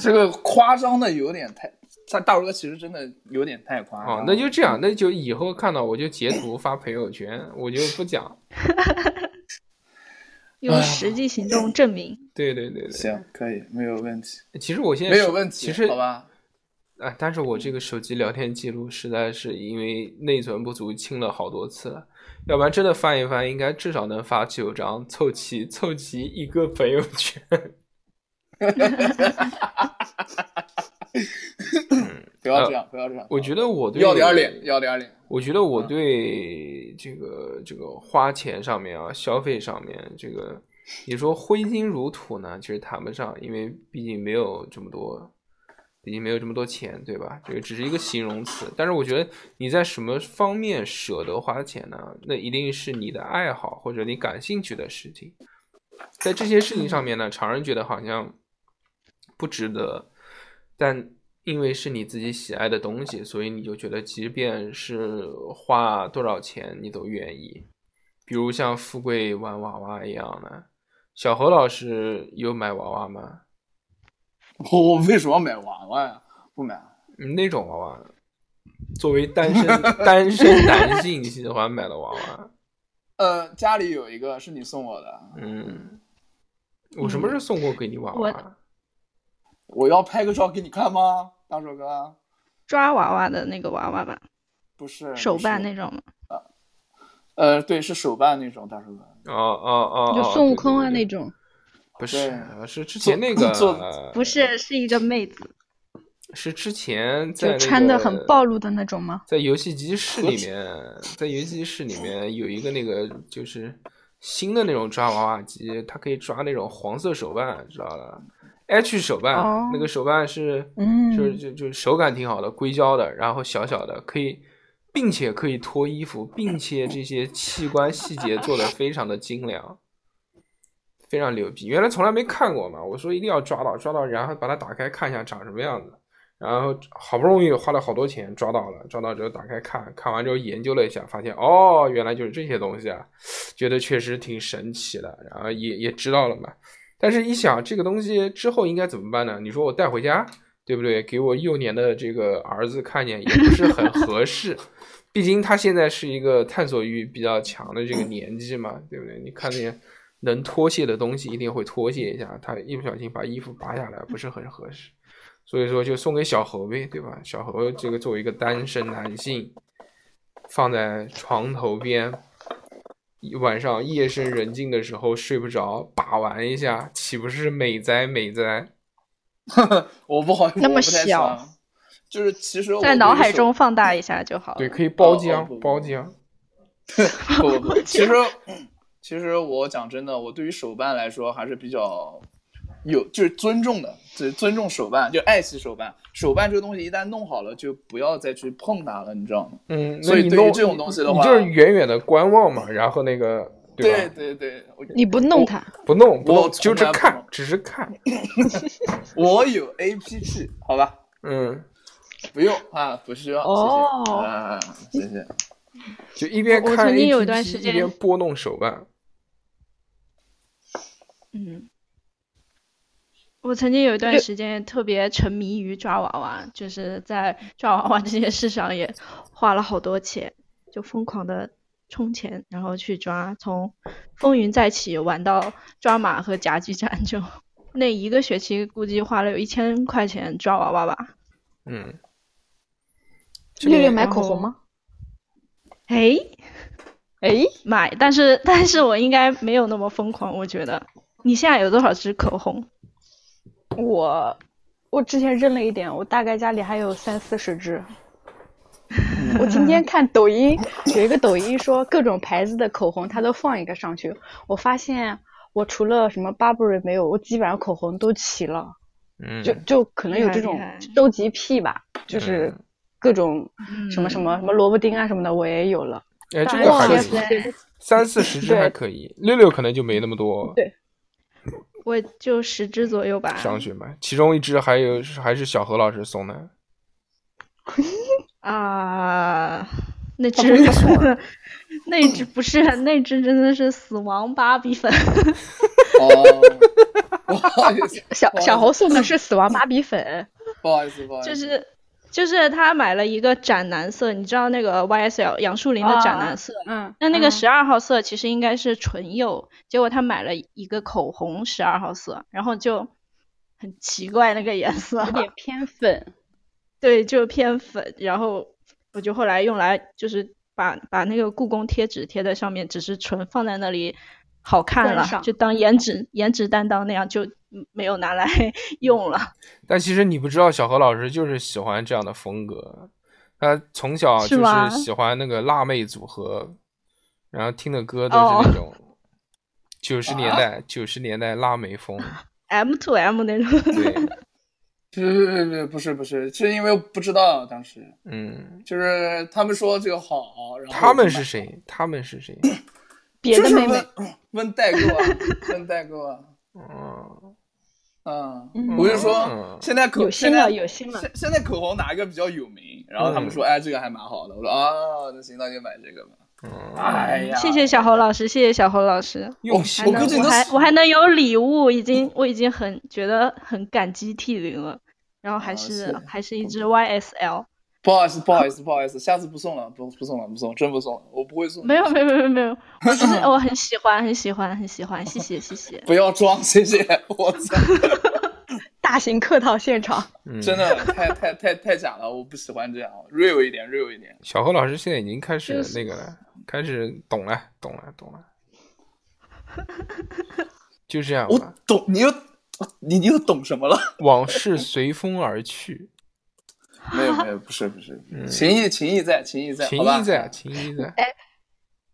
C: 这个夸张的有点太，大大叔哥其实真的有点太夸张了。
A: 哦，那就这样，那就以后看到我就截图发朋友圈，我就不讲。
D: 用实际行动证明。
A: 对对对对，
C: 行，可以，没有问题，
A: 其实我现在
C: 没有
A: 手
C: 问题，
A: 其实
C: 好吧。
A: 啊，但是
C: 嗯
A: 我这个手机聊天记录实在是因为内存不足清了好多次了，要不然真的翻一翻，应该至少能发九张，凑齐凑齐一个朋友圈。 [laughs]
C: 不要这样，不要这样。
A: 呃我觉得我对
C: 要点脸，要点脸。 [laughs]
A: 我觉得我对这个这个花钱上面啊，消费上面这个，你说挥金如土呢，其实谈不上，因为毕竟没有这么多已经没有这么多钱，对吧？这个只是一个形容词。但是我觉得你在什么方面舍得花钱呢？那一定是你的爱好或者你感兴趣的事情。在这些事情上面呢，常人觉得好像不值得，但因为是你自己喜爱的东西，所以你就觉得即便是花多少钱你都愿意。比如像富贵玩娃娃一样的，小何老师有买娃娃吗？
C: 我我为什么要买娃娃呀？不买。啊
A: 嗯那种娃娃，作为单身单身男性喜欢买的娃娃，
C: 呃，家里有一个是你送我的，
A: 嗯，我什么时候送过给你娃啊
D: 我
A: 娃？
C: 我要拍个照给你看吗，大手哥？
D: 抓娃娃的那个娃娃吧，
C: 不是
D: 手办那
C: 种。
D: 种吗？
C: 呃，对，是手办那种，大手哥。
A: 哦哦哦，
E: 就
A: 哦
E: 孙悟空啊
A: 对对对
E: 那种，
A: 不是，呃
C: 对
A: 是之前那个，呃
C: 做
D: 不是，是一个妹子。
A: 是之前在、那
E: 就
A: 个、
E: 穿的很暴露的那种吗？
A: 在游戏机室里面，在游戏机室里面有一个那个就是新的那种抓娃娃机，它可以抓那种黄色手办，知道了？H 手办，
E: 哦
A: 那个手办是，
E: 嗯
A: 就是就就是手感挺好的，硅胶的，然后小小的，可以，并且可以脱衣服，并且这些器官细节做的非常的精良。非常牛逼，原来从来没看过嘛。我说一定要抓到，抓到，然后把它打开看一下长什么样子。然后好不容易花了好多钱抓到了，抓到之后打开看看完之后研究了一下，发现哦，原来就是这些东西啊，觉得确实挺神奇的，然后也也知道了嘛。但是，一想这个东西之后应该怎么办呢？你说我带回家，对不对？给我幼年的这个儿子看见也不是很合
C: [laughs]
A: 适，毕竟他现在是一个探索欲比较强的这个年纪嘛，对不对？你看那些能脱卸的东西，一定会脱卸一下，他一不小心把衣服拔下来，不是很合适。所以说，就送给小何呗，对吧？小何这个作为一个单身男性，放在床头边，晚上夜深人静的时候睡不着，把玩一下，岂不是美哉美哉？
C: 我不好，
B: 那么
C: 我不太
B: 小
C: 想，就是其实我
D: 在脑
C: 对于
D: 海
C: 手
D: 中放大一下就好了。
A: 对，可以包
C: 哦
A: 浆，
C: 不不
A: 包浆。
D: [laughs]
C: 不不，不，其实嗯其实我讲真的，我对于手办来说还是比较有就是尊重的，就是尊重手办，就爱惜手办。手办这个东西一旦弄好了，就不要再去碰它了，你知道吗？
A: 嗯，
C: 所
A: 那
C: 以
A: 你
C: 对于
A: 弄
C: 这种东西的
A: 你
C: 话
A: 就是远远的观望嘛，然后那个
C: 对
A: 吧？
C: 对对，我
E: 你不弄它，
A: 不弄不
C: 我
A: 弄，
C: 从
A: 就是
C: 来不
A: 看
C: 弄，
A: 只是看。
C: 我有 A P P，好吧，
A: 嗯，
C: 不用啊，不需要，谢谢，
E: 哦
C: 啊，谢谢。
A: 就一边
D: 我
A: 看
D: 曾经有
A: A P
D: 一段
A: P
D: 时
A: 一
D: 间
A: 边拨弄手办。
D: 嗯，我曾经有一段
B: 就
D: 时间特别沉迷于抓娃娃，就是在抓娃娃这件事上也花了好多钱，就疯狂的充钱，然后去抓，从风云再起玩到抓马和夹击战，就那一个学期估计花了有一千块钱抓娃娃吧。
A: 嗯，这
E: 六六
A: 个
E: 买口红吗？
D: 哎，
E: 哎，
D: 买，但是但是我应该没有那么疯狂，我觉得。你现在有多少支口红？
E: 我我之前扔了一点，我大概家里还有三四十支。我
D: [laughs]
E: 今天看抖音，有一个抖音说各种牌子的口红，它都放一个上去。我发现我除了什么 Burberry 没有，我基本上口红都齐了，
A: 嗯，
E: 就就可能有这
D: 厉
E: 种
D: 害厉害
E: 收集癖吧，就是
A: 嗯
E: 各种
D: 嗯
E: 什么什么什么萝卜丁啊什么的，我也有了。
A: 哎，这
D: 当
A: 个
D: 然
A: 还
D: 哇
A: 行，
D: 塞
A: 三四十只
E: 对
A: 还可以，六六可能就没那么多
E: 对
D: 我就十支左右吧。
A: 商选吧。其中一只还有还是小何老师送的，
D: 啊，那
C: 它
D: 只
C: 不是送的
D: 那只不是那只真的是死亡芭比粉，
C: 哦，不好意思，
E: 小小猴送的是死亡芭比粉，
C: 不好意思，不好意思，
D: 就是就是他买了一个斩男色，你知道那个 YSL 杨树林的斩男色，
E: 嗯，
D: 那那个
E: 嗯
D: 十二号色其实应该是唇釉，结果他买了一个口红十二号色，然后就很奇怪那个颜色，
E: 有点偏粉，
D: 对，就偏粉，然后我就后来用来就是把把那个故宫贴纸贴在上面，只是纯放在那里好看
E: 观
D: 了，
E: 赏
D: 就当颜值颜值担当那样，就没有拿来用了。
A: 但其实你不知道，小何老师就是喜欢这样的风格。他从小
D: 是
A: 就
D: 吗
A: 是喜欢那个辣妹组合，然后听的歌都
D: 哦
A: 是那种九十年代九十、90年代辣妹风。
D: [laughs] M to M 那种，
A: 对，
C: 不是不是不是，是因为不知道当时
A: 嗯，
C: 就是他们说这个好，然后
A: 他们
C: 我就
A: 是
C: 买
A: 谁？他们是
C: [laughs]
A: 谁？
E: 别的妹妹
C: 就是问 [laughs] 问代购啊，问代购啊，
A: 嗯，
C: 嗯，
E: 嗯
C: 我就说
A: 嗯
C: 现在口
E: 有心
C: 现在
E: 了有心了
C: 现现在口红哪一个比较有名？然后他
A: 嗯
C: 们说，哎，这个还蛮好的。我说啊，那行，那就买这个吧。
A: 嗯
C: 哎呀，
D: 谢谢小侯老师，谢谢小侯老师。
A: 用
C: 我
A: 心
D: 还
C: 估
D: 能
C: 计
D: 我
C: 都
D: 还
C: 是
D: 我还能有礼物，已经我已经很觉得很感激涕零了。然后还
C: 啊
D: 是、
C: 是
D: 还是一只 YSL，
C: 不好意思，不好意思，不好意思，下次不送了，不不送了，不送，真不送了，我不会送。
D: 没有没有没有没有，
C: [laughs]
D: 我就是我很喜欢很喜欢很喜欢，谢谢谢谢。
C: 不要装，谢谢。
A: [laughs]
C: 我操，
E: 大型客套现场，
A: 嗯
C: 真的太太太太假了，我不喜欢这样，real 一点，real 一点。
A: 小何老师现在已经开始
D: 就是
A: 那个了，开始懂了，懂了，懂
C: [laughs]
A: 了，就这样
C: 我
A: 吧。
C: 懂，你又你你又懂什么了？
A: [laughs] 往事随风而去，
C: 没有没有，不是不是
A: 嗯，
C: 情谊情谊在，情谊在，
A: 情
C: 好吧
A: 谊在，情谊在。
D: 哎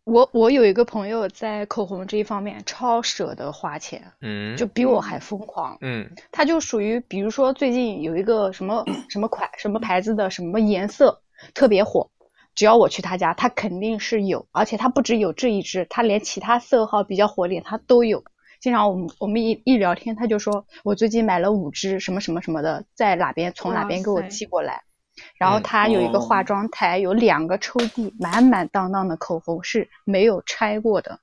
E: 我我有一个朋友在口红这一方面超舍得花钱，
A: 嗯，
E: 就比我还疯狂。
A: 嗯
E: 他就属于，比如说最近有一个什么什么款、什么牌子的什么颜色特别火，只要我去他家，他肯定是有，而且他不只有这一支，他连其他色号比较火点他都有。经常我们我们一一聊天，他就说我最近买了五支什么什么什么的，在哪边从哪
D: 哇
E: 边给我
D: 塞
E: 寄过来。然后
A: 嗯
E: 他有一个
C: 哦
E: 化妆台，有两个抽屉，满满当当的口红是没有拆过的。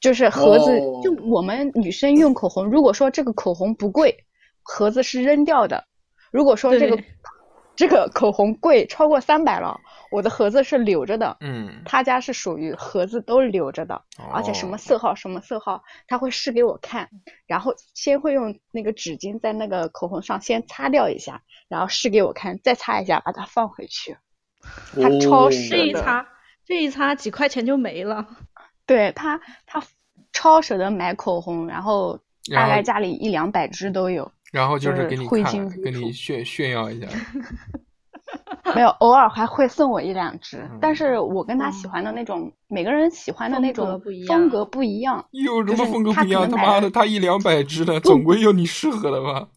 E: 就是盒子，
C: 哦
E: 就我们女生用口红，如果说这个口红不贵，盒子是扔掉的；如果说这个
D: 对
E: [laughs] 这个口红贵超过三百了，我的盒子是留着的。
A: 嗯，
E: 他家是属于盒子都留着的，而且什
A: 哦
E: 么色号什么色号，他会试给我看，然后先会用那个纸巾在那个口红上先擦掉一下，然后试给我看，再擦一下，把它放回去。他超
C: 哦
E: 市
D: 这一
E: 的
D: 擦这一擦几块钱就没了。
E: 对他，他超舍得买口红，然后
A: 然
E: 大
A: 后
E: 概家里一两百支都有，
A: 然后就
E: 就是是
A: 给你
E: 挥
A: 看，
E: 金如
A: 给你
E: 土
A: 炫炫耀
E: [laughs]
A: 一下。
D: [laughs]
E: 没有，偶尔还会送我一两支
A: 嗯。
E: 但是我跟他喜
D: 哦
E: 欢的那种，每个人喜欢的那
D: 风格
E: 种
D: 不一
E: 风
D: 样
E: 格不一样，
A: 有什么
E: 就是
A: 风格不
E: 他
A: 一样？
E: 可
A: 他
E: 能
A: 妈
E: 买
A: 的，
E: 了
A: 他一两百支
E: [laughs]
A: 了，总归有你适合的吧？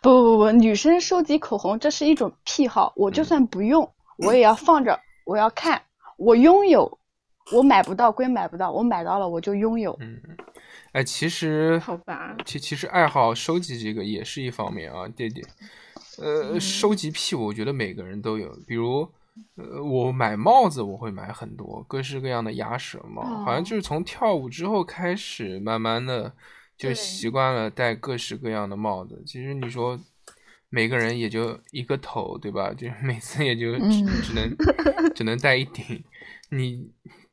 E: 不不不，女生收集口红这是一种癖好，
D: 嗯
E: 我就算不用，我也要放
D: [laughs]
E: 着，我要看，我拥有，我买不到归买不到，我买到了我就拥有。
A: 嗯，哎，其实
D: 好吧
A: 其其实爱好收集这个也是一方面啊，弟弟。
E: 嗯
A: 呃，收集癖我觉得每个人都有，比如。呃，我买帽子我会买很多，各式各样的鸭舌帽，好像
D: 哦
A: 就是从跳舞之后开始，慢慢的就
D: 对
A: 习惯了戴各式各样的帽子。其实你说每个人也就一个头，对吧？就是每次也就只,、
E: 嗯
A: 只
E: [laughs]
A: 能只能戴一顶，你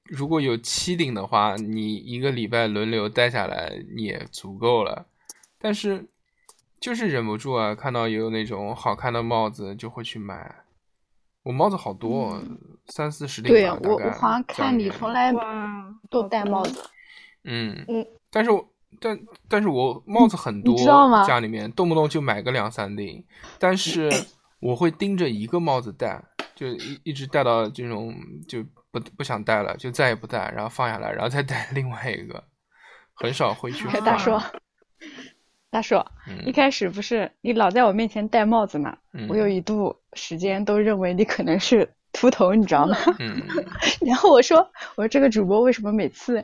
A: 如果有七顶的话，你一个礼拜轮流戴下来你也足够了。但是就是忍不住啊，看到有那种好看的帽子就会去买。我帽子好多哦，三四十顶
E: 嗯对
A: 吧，大
E: 我，
A: 概
E: 我好像
A: 家
E: 看
A: 里
E: 你
A: 面
E: 从来
D: 哇，
E: 都
D: 好
E: 戴
D: 吧
E: 帽子，
A: 嗯
D: 嗯，
A: 但是我但但是我帽子很多，
E: 你知道吗
A: 家里面动不动就买个两三顶，但是我会盯着一个帽子戴，就一一直戴到这种就不不想戴了，就再也不戴，然后放下来，然后再戴另外一个，很少会去
D: 啊
A: 换。
D: [laughs]
E: 大叔。大叔，
A: 嗯，
E: 一 [laughs] 开始不是你老在我面前戴帽子嘛，
A: 嗯
E: 我有一度时间都认为你可能是秃头，你知道吗？ [laughs]
A: 嗯
E: 然后我说，我说这个主播为什么每次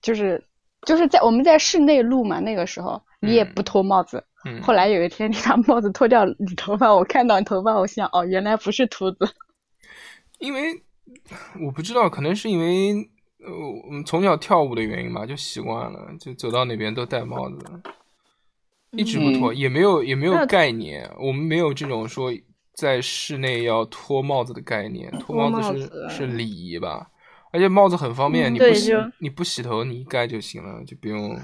E: 就是就是在我们在室内录嘛，那个时候你也
A: 嗯
E: 不脱帽子。
A: 嗯，
E: 后来有一天你把帽子脱掉，你头发我看到你头发，我想哦，原来不是秃子。
A: 因为我不知道，可能是因为呃，我们从小跳舞的原因吧，就习惯了，就走到哪边都戴帽子。一直不
C: 嗯
A: 脱，也没有也没有
D: 嗯那
A: 概念，我们没有这种说在室内要脱帽子的概念，脱
D: 脱
A: 帽
D: 帽
A: 子
D: 子啊
A: 是是礼仪吧？而且帽子很方便，
D: 嗯
A: 你不
D: 对
A: 洗
D: 就
A: 你不洗头，你一盖就行了，就不用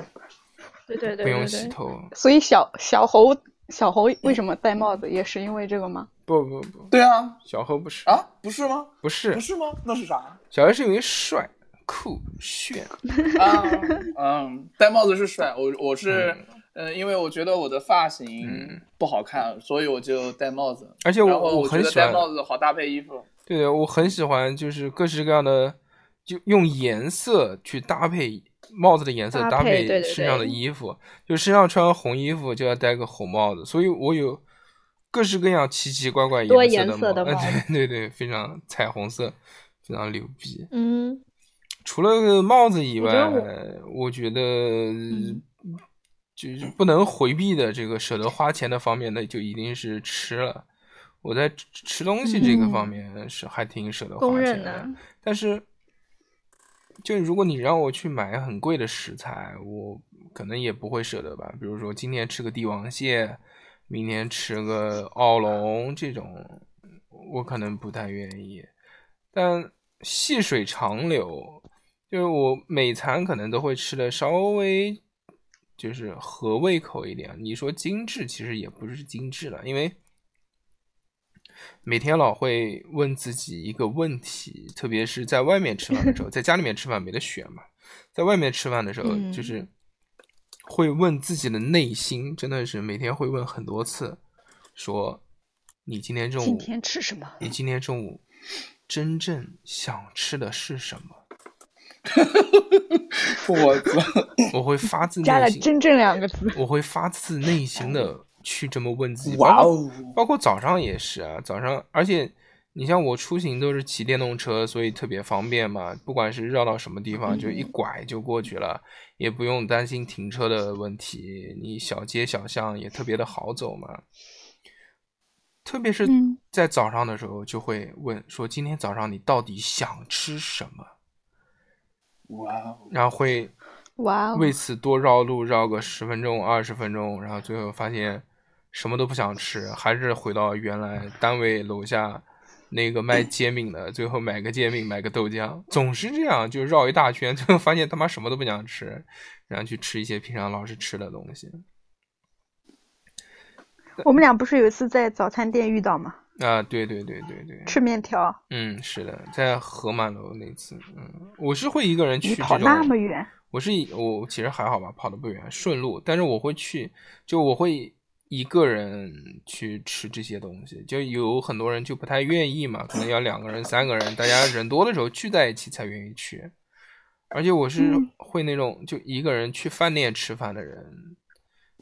D: 对对对
A: 不用
D: 对
A: 洗
D: 对，
A: 头。
E: 所以小小猴小猴为什么戴帽子，也是因为这个吗？
A: 不不不，
C: 对啊，
A: 小何不是，
C: 啊，不是吗？
A: 不是
C: 不是吗？那是啥？
A: 小何是因为帅酷炫，
C: 啊，嗯，戴帽子是帅，我我是，嗯、因为我觉得我的发型
A: 嗯
C: 不好看，所以我就戴帽子。
A: 而且我
C: 然后
A: 我
C: 觉
A: 很
C: 得
A: 喜欢
C: 戴帽子好搭配衣服。
A: 对的，我很喜欢，就是各式各样的，就用颜色去搭配帽子的颜色
D: 搭
A: 搭
D: 配对对对
A: 身上的衣服，就身上穿红衣服就要戴个红帽子，所以我有各式各样奇奇怪怪
E: 多
A: 颜
E: 颜色
A: 的
E: 的
A: 帽
E: 帽子
A: [laughs] 对对对，非常彩虹色，非常牛逼。
D: 嗯，
A: 除了帽子以
E: 我
A: 外
E: 觉得，
A: 我觉得就是不能回避的这个舍得花钱的方面呢，就一定是吃了。我在吃吃东西这个方面是还挺舍得
D: 公
A: 花
D: 认
A: 钱
D: 的，
A: 但是，就如果你让我去买很贵的食材，我可能也不会舍得吧。比如说今天吃个帝王蟹，明天吃个奥龙这种，我可能不太愿意。但细水长流，就是我每餐可能都会吃的稍微就是合胃口一点。你说精致，其实也不是精致了，因为。每天老会问自己一个问题，特别是在外面吃饭的时候，在家里面吃饭没得选嘛，在外面吃饭的时候
D: 嗯
A: 就是会问自己的内心，真的是每天会问很多次，说你今天中午
E: 今天吃什么？
A: 你今天中午真正想吃的是什
E: [laughs]
A: 么？
C: 我操！
A: 我会发自
E: 加了
A: 内
E: “
A: 心，
E: 真正”两
A: [laughs]
E: 个字。
A: 我会发自内心的去这么问自己。
C: 哇
A: 包括
C: 哦！
A: 包括早上也是啊，早上，而且你像我出行都是骑电动车，所以特别方便嘛。不管是绕到什么地方，就一拐就过去了，也不用担心停车的问题。你小街小巷也特别的好走嘛。特别是
B: 嗯
A: 在早上的时候，就会问说今天早上你到底想吃什么，
C: 哇哦！
A: 然后会
E: 哇哦！
A: 为此多绕路绕个十分钟、二十分钟，然后最后发现什么都不想吃，还是回到原来单位楼下那个
E: [clears throat]
A: 卖煎饼的，最后买个煎饼，买个豆浆，总是这样，就绕一大圈，最后发现他妈什么都不想吃，然后去吃一些平常老是吃的东西。
E: 我们俩不是有一次在早餐店遇到吗？
A: 啊，对对对对对，
E: 吃面条，
A: 嗯，是的，在河满楼那次，嗯，我是会一个人去
E: 你
A: 这
E: 跑那
A: 种
E: 么远，
A: 我是以我其实还好吧，跑的不远，顺路。但是我会去，就我会一个人去吃这些东西。就有很多人就不太愿意嘛，可能要两个人、三个人，大家人多的时候聚在一起才愿意去。而且我是会那种就一个人去饭店吃饭的人，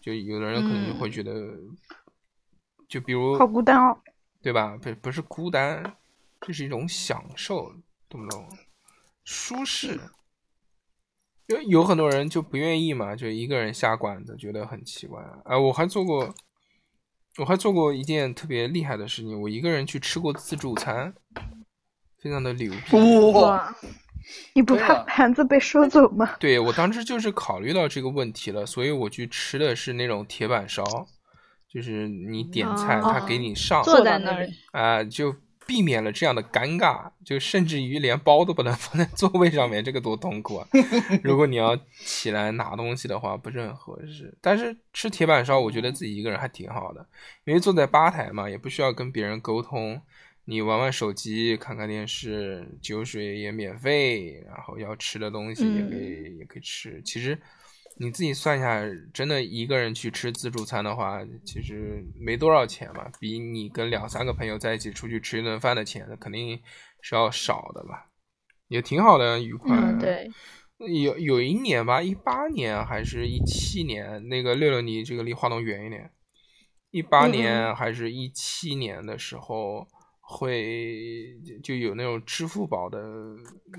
A: 就有的人可能就会觉得，就比如
E: 好孤单哦。
A: 对吧？不不是孤单，这是一种享受，懂不懂？舒适。有有很多人就不愿意嘛，就一个人下馆子，觉得很奇怪。哎、我还做过，我还做过一件特别厉害的事情，我一个人去吃过自助餐，非常的牛逼。
C: 哦哇！
D: 哇，
E: 你不
C: 对
E: 怕
C: 啊
E: 盘子被收走吗？
A: 对我当时就是考虑到这个问题了，所以我去吃的是那种铁板烧，就是你点菜，
D: 哦
A: 他给你上，
D: 坐
E: 坐
D: 在
E: 在
D: 那
E: 那
D: 儿
E: 儿，
A: 啊、就避免了这样的尴尬，就甚至于连包都不能放在座位上面，这个多痛苦啊！如果你要起来拿东西的话，不是很合适。但是吃铁板烧，我觉得自己一个人还挺好的，因为坐在吧台嘛，也不需要跟别人沟通，你玩玩手机，看看电视，酒水也免费，然后要吃的东西也可以、也可以吃。其实你自己算一下，真的一个人去吃自助餐的话，其实没多少钱嘛，比你跟两三个朋友在一起出去吃一顿饭的钱，肯定是要少的吧。也挺好的，愉快。
D: 嗯，对，
A: 有有一年吧，一八年还是一七年？那个六六，你这个离话筒远一点。一八年还是一七年的时候，会就就有那种支付宝的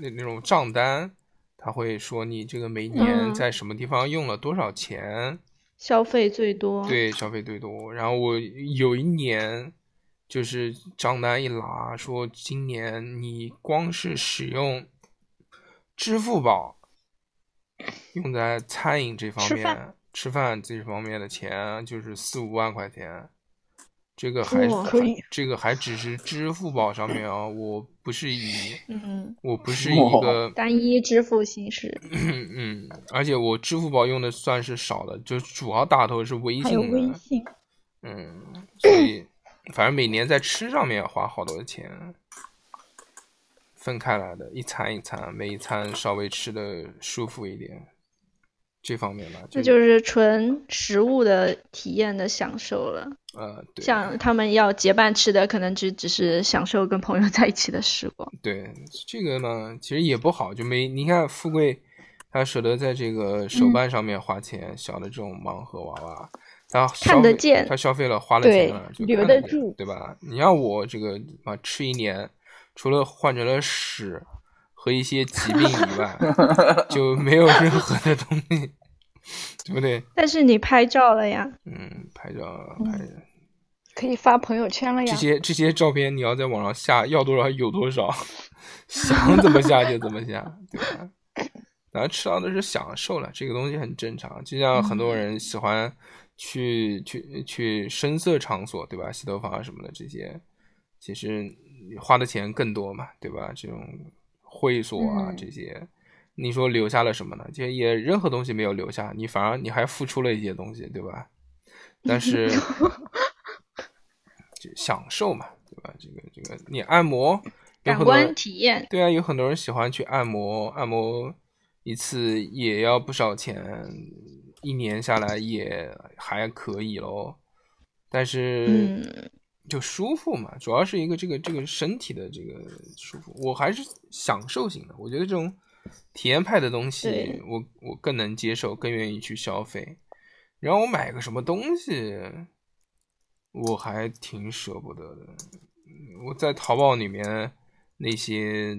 A: 那那种账单，他会说你这个每年
D: 嗯
A: 在什么地方用了多少钱。
D: 消费最
E: 哦
D: 多，
A: 对，消费最多。然后我有一年，就是账单一拿，说今年你光是使用支付宝用在餐饮这方
E: 吃
A: 面、吃
E: 饭
A: 饭这方面的钱，就是四五万块钱。这个还
D: 哇
E: 可以
A: 这个还只是支付宝上面啊，我不是以
D: 嗯，
A: 我不是
C: 哇
A: 一个 [clears throat]
D: 单一支付形式，
A: 嗯，而且我支付宝用的算是少的，就主要打头是微
E: 还
A: 信
E: 有
A: 的。
E: 微信，
A: 嗯，所以反正每年在吃上面花好多钱，分开来的，一餐一餐，每一餐稍微吃的舒服一点，这方面吧，就
D: 那就是纯食物的体验的享受了。
A: 呃，对，
D: 像他们要结伴吃的，可能只只是享受跟朋友在一起的时光。
A: 对这个呢，其实也不好，就没你看富贵，他舍得在这个手办上面花钱，小的这种盲盒娃娃，他
D: 看
A: 消
D: 得
A: 费
D: 见
A: 他消费了，花了
E: 对
A: 钱了，就
E: 留
A: 看
E: 得
A: 见
E: 住
A: 对吧？你让我这个啊吃一年，除了换成了屎和一些疾病以外，就没有任何的东西， [laughs] 对不对？
D: 但是你拍照了呀，
A: 嗯，拍照拍照。
E: 可以发朋友圈了呀
A: 这。些这些照片你要在网上下，要多少有多少，想怎么下就怎么下，对吧？然后吃到的是享受了，这个东西很正常。就像很
E: 嗯
A: 多人喜欢去、去去声色场所，对吧？洗头房啊什么的这些，其实你花的钱更多嘛，对吧？这种会所啊、
E: 嗯
A: 这些，你说留下了什么呢？就也任何东西没有留下，你反而你还付出了一些东西，对吧？但
E: [laughs]
A: 是就享受嘛，对吧？这个这个，你按摩，有
D: 感
A: 很多人
D: 官体验
A: 对啊，有很多人喜欢去按摩，按摩一次也要不少钱，一年下来也还可以咯。但是
D: 嗯
A: 就舒服嘛，主要是一个这个这个身体的这个舒服，我还是享受型的。我觉得这种体验派的东西
D: 对，
A: 我我更能接受，更愿意去消费。然后我买个什么东西，我还挺舍不得的。嗯我在淘宝里面那些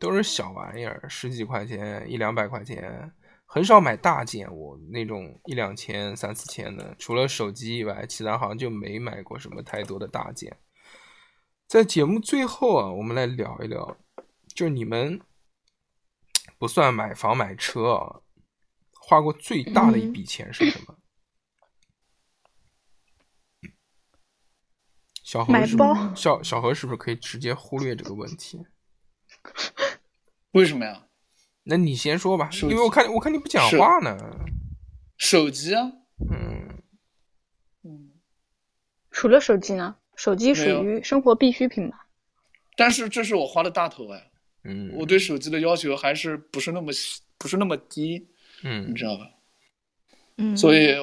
A: 都是小玩意儿，十几块钱、一两百块钱，很少买大件。我那种一两千、三四千的，除了手机以外，其他好像就没买过什么太多的大件。在节目最后啊，我们来聊一聊，就是你们不算买房买车啊，花过最大的一
D: 嗯
A: 笔钱是什么？小何
E: 买
A: 是不是
E: 包
A: 小小何是不是可以直接忽略这个问题？
C: 为什么呀？
A: 那你先说吧，
C: 手
A: 因
C: 机
A: 为我看我看你不讲
C: 是
A: 话呢。
C: 手机啊，
A: 嗯，
C: 嗯，
E: 除了手机呢？手机
C: 没有
E: 属于生活必需品吧？
C: 但是这是我花的大头哎，
A: 嗯，
C: 我对手机的要求还是不是那么不是那么低，你
A: 嗯
C: 知道吧？
D: 嗯，
C: 所以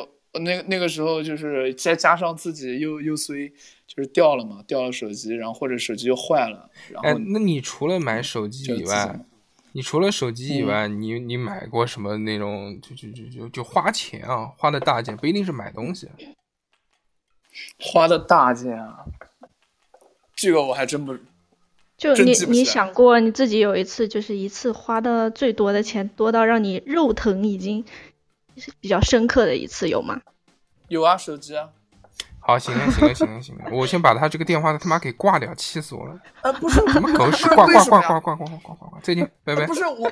C: 那那个时候就是再加上自己又又随就是掉了嘛，掉了手机，然后或者手机又坏了，然
A: 哎
C: 后，
A: 那你除了买手机
C: 就
A: 以
C: 自己嗯
A: 外，你除了手机以外，你你买过什么那种就就就就就花钱啊，花的大件，不一定是买东西。
C: 花的大件啊，这个我还真不
D: 就
C: 真
D: 你
C: 记不
D: 你
C: 起来
D: 想过你自己有一次就是一次花的最多的钱，多到让你肉疼已经是比较深刻的一次有吗？
C: 有啊，手机啊，
A: 好，行了，行了，行了，行了，我先把他这个电话他妈给挂掉，气死我了！
C: 啊不是
A: 什么狗屎，
C: 不是
A: 挂
C: 为
A: 挂
C: 什么
A: 挂
C: 呀
A: 挂挂
C: 呃
A: 挂挂挂挂挂，再见，拜拜
C: 不。是我，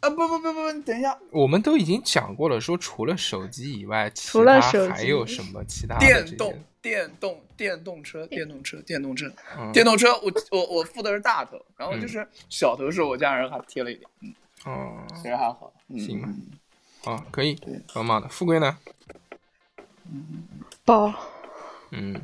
C: 啊不不不不，你等一下，
A: 我们都已经讲过了，说除了手机以外，其
D: 除了
A: 他
D: 手
A: 还
D: 机
A: 有什么其他的这
C: 电
A: 些
C: 动？电动电动车，电动车，电动车，
A: 嗯
C: 电动车，我我我付的是大头，然后就是小头是我家人还贴了一点，
A: 哦，
C: 其实还好，嗯
A: 行吧，哦，可以，很好的。富贵呢？
E: 包
A: 嗯，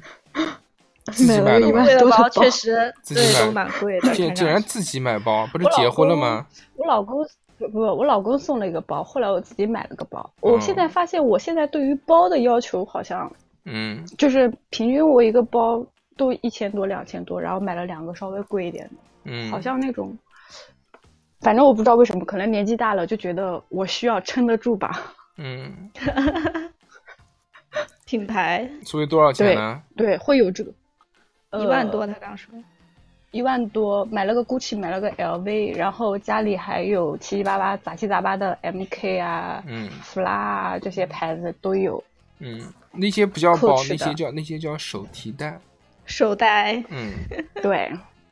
A: 自己
E: 买
A: 买
E: 了
A: 的
E: 一
A: 吧
E: 万
D: 贵的
E: 多的
D: 包
E: 包
D: 确实
A: [laughs] 自己
D: 对
A: 买
D: 都蛮贵的，
A: 竟
D: 看
A: 竟然
D: 上去
A: 自己买包，不是
E: 我老
A: 结婚了
E: 公
A: 吗？
E: 我老公不不，我老公送了一个包，后来我自己买了个包。我现在发现，我现在对于包的要求好像
A: 嗯，
E: 就是平均，我一个包都一千多、两千多，然后买了两个稍微贵一点的，
A: 嗯，
E: 好像那种。反正我不知道为什么，可能年纪大了就觉得我需要撑得住吧。 [laughs]
A: 嗯，
D: 品牌
A: 所以多少钱呢？
E: 对，会有这个
D: 一万多，他刚说，
E: 一万多，买了个 GUCCI，买了个 LV，然后家里还有七七八八杂七杂八的 MK 啊、
A: 嗯
E: FLA 啊这些牌子都有。
A: 嗯，那些不叫包
E: 克，制
A: 那
E: 的
A: 些叫那些叫手提袋。
D: [laughs] 手袋
A: 嗯
E: 对，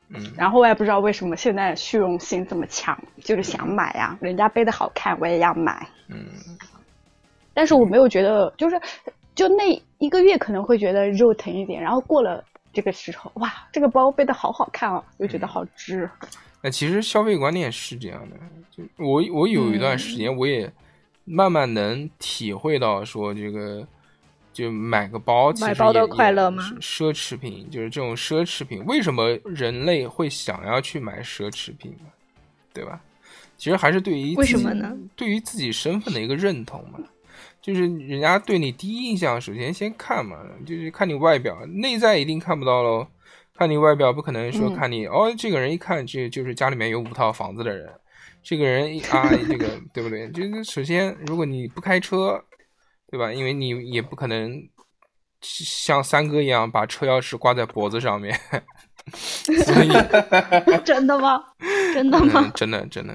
A: 嗯，
E: 然后我也不知道为什么现在虚荣心这么强，就是想买呀、人家背的好看，我也要买。
A: 嗯，
E: 但是我没有觉得，就是就那一个月可能会觉得肉疼一点，然后过了这个时候，哇，这个包背的好好看哦，又
A: 嗯
E: 觉得好值。
A: 那其实消费观念是这样的，就我我有一段
D: 嗯
A: 时间我也慢慢能体会到说这个。就买个包，其实
D: 买包的
A: 也
D: 快
A: 也
D: 乐吗
A: 是奢侈品就是这种奢侈品，为什么人类会想要去买奢侈品呢？对吧？其实还是对于
D: 为
A: 自
D: 什
A: 己
D: 么呢？
A: 对于自己身份的一个认同嘛，就是人家对你第一印象，首先先看嘛，就是看你外表，内在一定看不到喽。看你外表，不可能说
E: 嗯
A: 看你、哦，这个人一看这就是家里面有五套房子的人，这个人一啊，这个对不对？就是首先，如果你不开车，对吧？因为你也不可能像三哥一样把车钥匙挂在脖子上面， [laughs] 所以
D: [laughs] 真的吗？真的
A: 嗯
D: 吗？，
A: 真的真的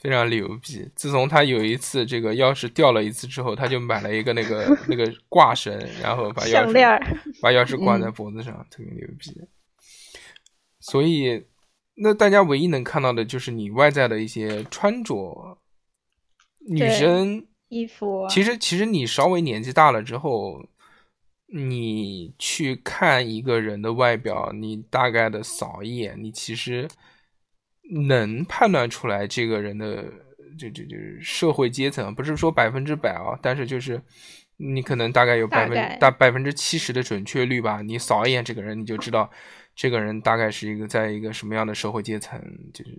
A: 非常牛逼。自从他有一次这个钥匙掉了一次之后，他就买了一个那个那个挂绳，然后把钥
D: 项链
A: 匙
D: 儿
A: 把钥匙
D: 嗯
A: 挂在脖子上，特别牛逼。所以，那大家唯一能看到的就是你外在的一些穿着，女
D: 对
A: 生
D: 衣服啊
A: 其实，其实你稍微年纪大了之后，你去看一个人的外表，你大概的扫一眼，你其实能判断出来这个人的这这就是社会阶层，不是说百分之百啊，但是就是你可能大概有
D: 大
A: 百分
D: 概
A: 大百分之七十的准确率吧。你扫一眼这个人，你就知道这个人大概是一个在一个什么样的社会阶层，就是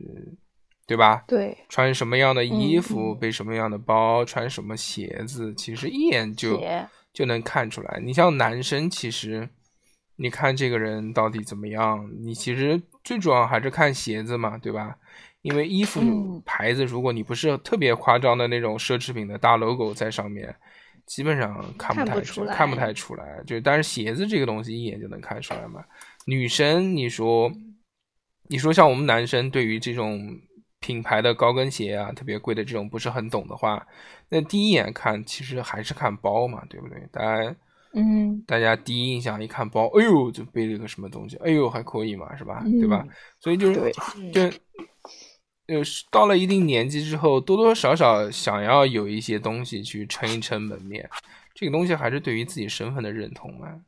A: 对吧？
E: 对，
A: 穿什么样的衣
E: 嗯
A: 服，背什么样的包，穿什么鞋子，其实一眼就
E: 鞋
A: 就能看出来。你像男生，其实你看这个人到底怎么样，你其实最主要还是看鞋子嘛，对吧？因为衣服
E: 嗯
A: 牌子，如果你不是特别夸张的那种奢侈品的大 logo 在上面，基本上看不
D: 看
A: 太
D: 不
A: 出
D: 出
A: 看不
D: 来
A: 太出来。就但是鞋子这个东西一眼就能看出来嘛。女生，你说，你说像我们男生对于这种品牌的高跟鞋啊，特别贵的这种不是很懂的话，那第一眼看其实还是看包嘛，对不对？大家
E: 嗯，
A: 大家第一印象一看包，哎呦，就背了一个什么东西，哎呦还可以嘛，是吧？对吧？所以就是
E: 对
A: 就就是到了一定年纪之后，多多少少想要有一些东西去撑一撑门面，这个东西还是对于自己身份的认同嘛，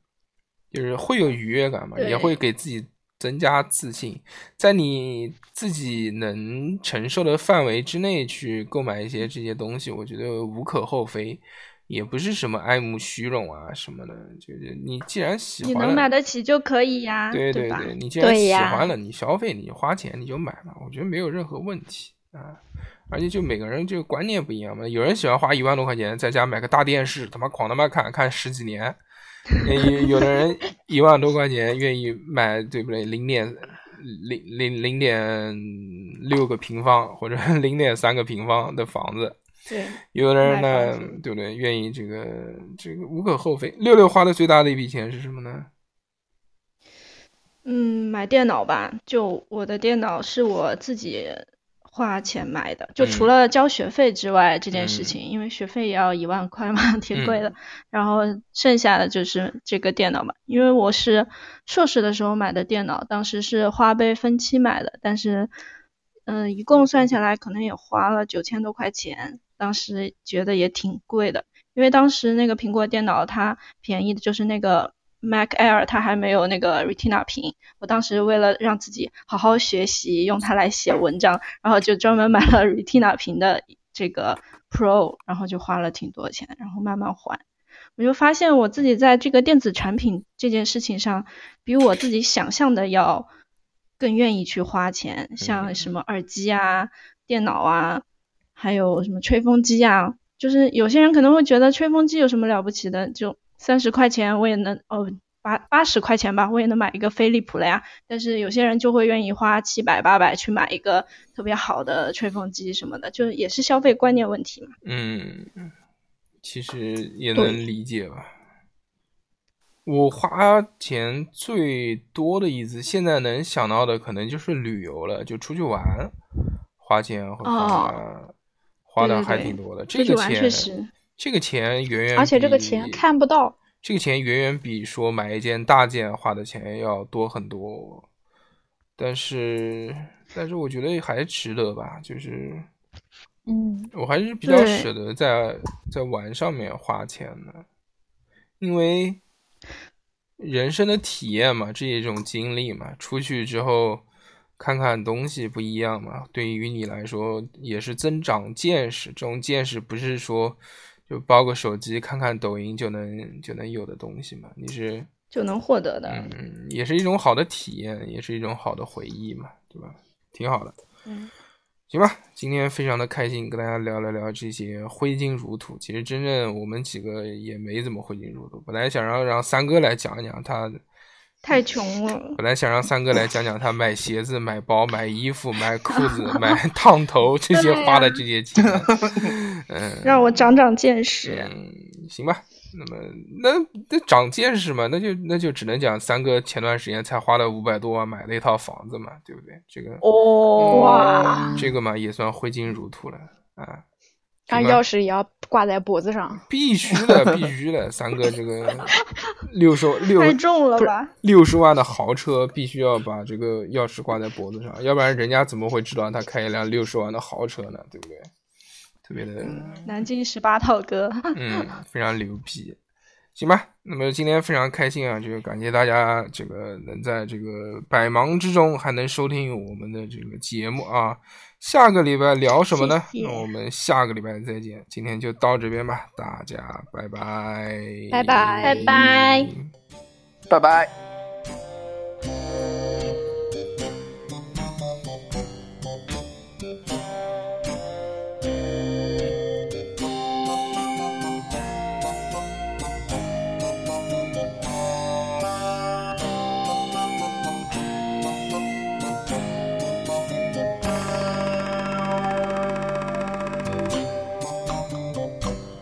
A: 就是会有愉悦感嘛，
D: 对
A: 也会给自己增加自信，在你自己能承受的范围之内去购买一些这些东西，我觉得无可厚非。也不是什么爱慕虚荣啊什么的，就是你既然喜
D: 你
A: 欢了，
D: 能买得起就可以呀，
A: 对对
D: 吧？
A: 你既然
E: 对
A: 喜
E: 呀
A: 欢了，你消费，你花钱，你就买嘛，我觉得没有任何问题啊。而且就每个人这个观念不一样嘛，有人喜欢花一万多块钱在家买个大电视，他妈狂他妈看看十几年，也有有的人一万多块钱愿意买，对不对？零点零零零点六个平方或者 [laughs] 零点三个平方的房子，
D: 对，
A: 有的人
D: 买
A: 呢
D: 房子，
A: 对不对？愿意这个这个无可厚非。六六花的最大的一笔钱是什么呢？
D: 嗯，买电脑吧，就我的电脑是我自己花钱买的，就除
A: 嗯
D: 了交学费之外这件事
A: 嗯
D: 情，因为学费也要一万块嘛，挺贵的
A: 嗯。
D: 然后剩下的就是这个电脑嘛，因为我是硕士的时候买的电脑，当时是花呗分期买的，但是嗯、一共算下来可能也花了九千多块钱，当时觉得也挺贵的。因为当时那个苹果电脑它便宜的就是那个 Mac Air，它还没有那个 Retina 屏。我当时为了让自己好好学习，用它来写文章，然后就专门买了 Retina 屏的这个 Pro，然后就花了挺多钱，然后慢慢还。我就发现我自己在这个电子产品这件事情上，比我自己想象的要更愿意去花钱，像什么耳机啊、电脑啊，还有什么吹风机啊，就是有些人可能会觉得吹风机有什么了不起的，就三十块钱我也能，哦，八八十块钱吧，我也能买一个飞利浦了呀。但是有些人就会愿意花七百八百去买一个特别好的吹风机什么的，就也是消费观念问题嘛。
A: 嗯，其实也
E: 对
A: 能理解吧。我花钱最多的一次，现在能想到的可能就是旅游了，就出去玩，花钱会花、花的
D: 哦对对
A: 还
D: 对
A: 挺多的。
D: 出
A: 这
D: 去
A: 个
D: 玩
A: 钱，
D: 确实，
A: 这个钱远远
E: 而且这个
A: 比
E: 钱看不到，
A: 这个钱远远比说买一件大件花的钱要多很多，但是但是我觉得还值得吧，就是
E: 嗯，
A: 我还是比较
D: 对
A: 舍得在在玩上面花钱的，因为人生的体验嘛，这也是一种经历嘛。出去之后看看东西不一样嘛，对于你来说也是增长见识。这种见识不是说就包个手机看看抖音就能就能有的东西嘛，你是
D: 就能获得的。
A: 嗯，也是一种好的体验，也是一种好的回忆嘛，对吧？挺好的。
D: 嗯，
A: 行吧，今天非常的开心，跟大家聊了聊这些挥金如土。其实真正我们几个也没怎么挥金如土，本来想让让三哥来讲一讲他
D: 太穷了。
A: 本来想让三哥来讲讲他买鞋子、买包、买衣服、买裤子、买烫头这些花的这些钱，嗯，
D: 让我长长见识。
A: 嗯，行吧。那么那那长见识嘛，那就那就只能讲三哥前段时间才花了五百多万买了一套房子嘛，对不对？这个
E: 哦哇，
A: 这个嘛也算挥金如土了啊。
E: 那
A: 行吧
E: 钥匙也要挂在脖子上，
A: 必须的，必须的，三哥这
D: [laughs]
A: 个六十六
D: 太重了吧？
A: 六十万的豪车，必须要把这个钥匙挂在脖子上，要不然人家怎么会知道他开一辆六十万的豪车呢？对不对？特别的，
D: 南京十八套哥，
A: 嗯，非常牛逼。行吧，那么今天非常开心啊，就是感谢大家这个能在这个百忙之中还能收听我们的这个节目啊。下个礼拜聊什么呢？
D: 谢谢
A: 那我们下个礼拜再见，今天就到这边吧，大家拜拜，
E: 拜拜
D: 拜拜。
C: 拜拜。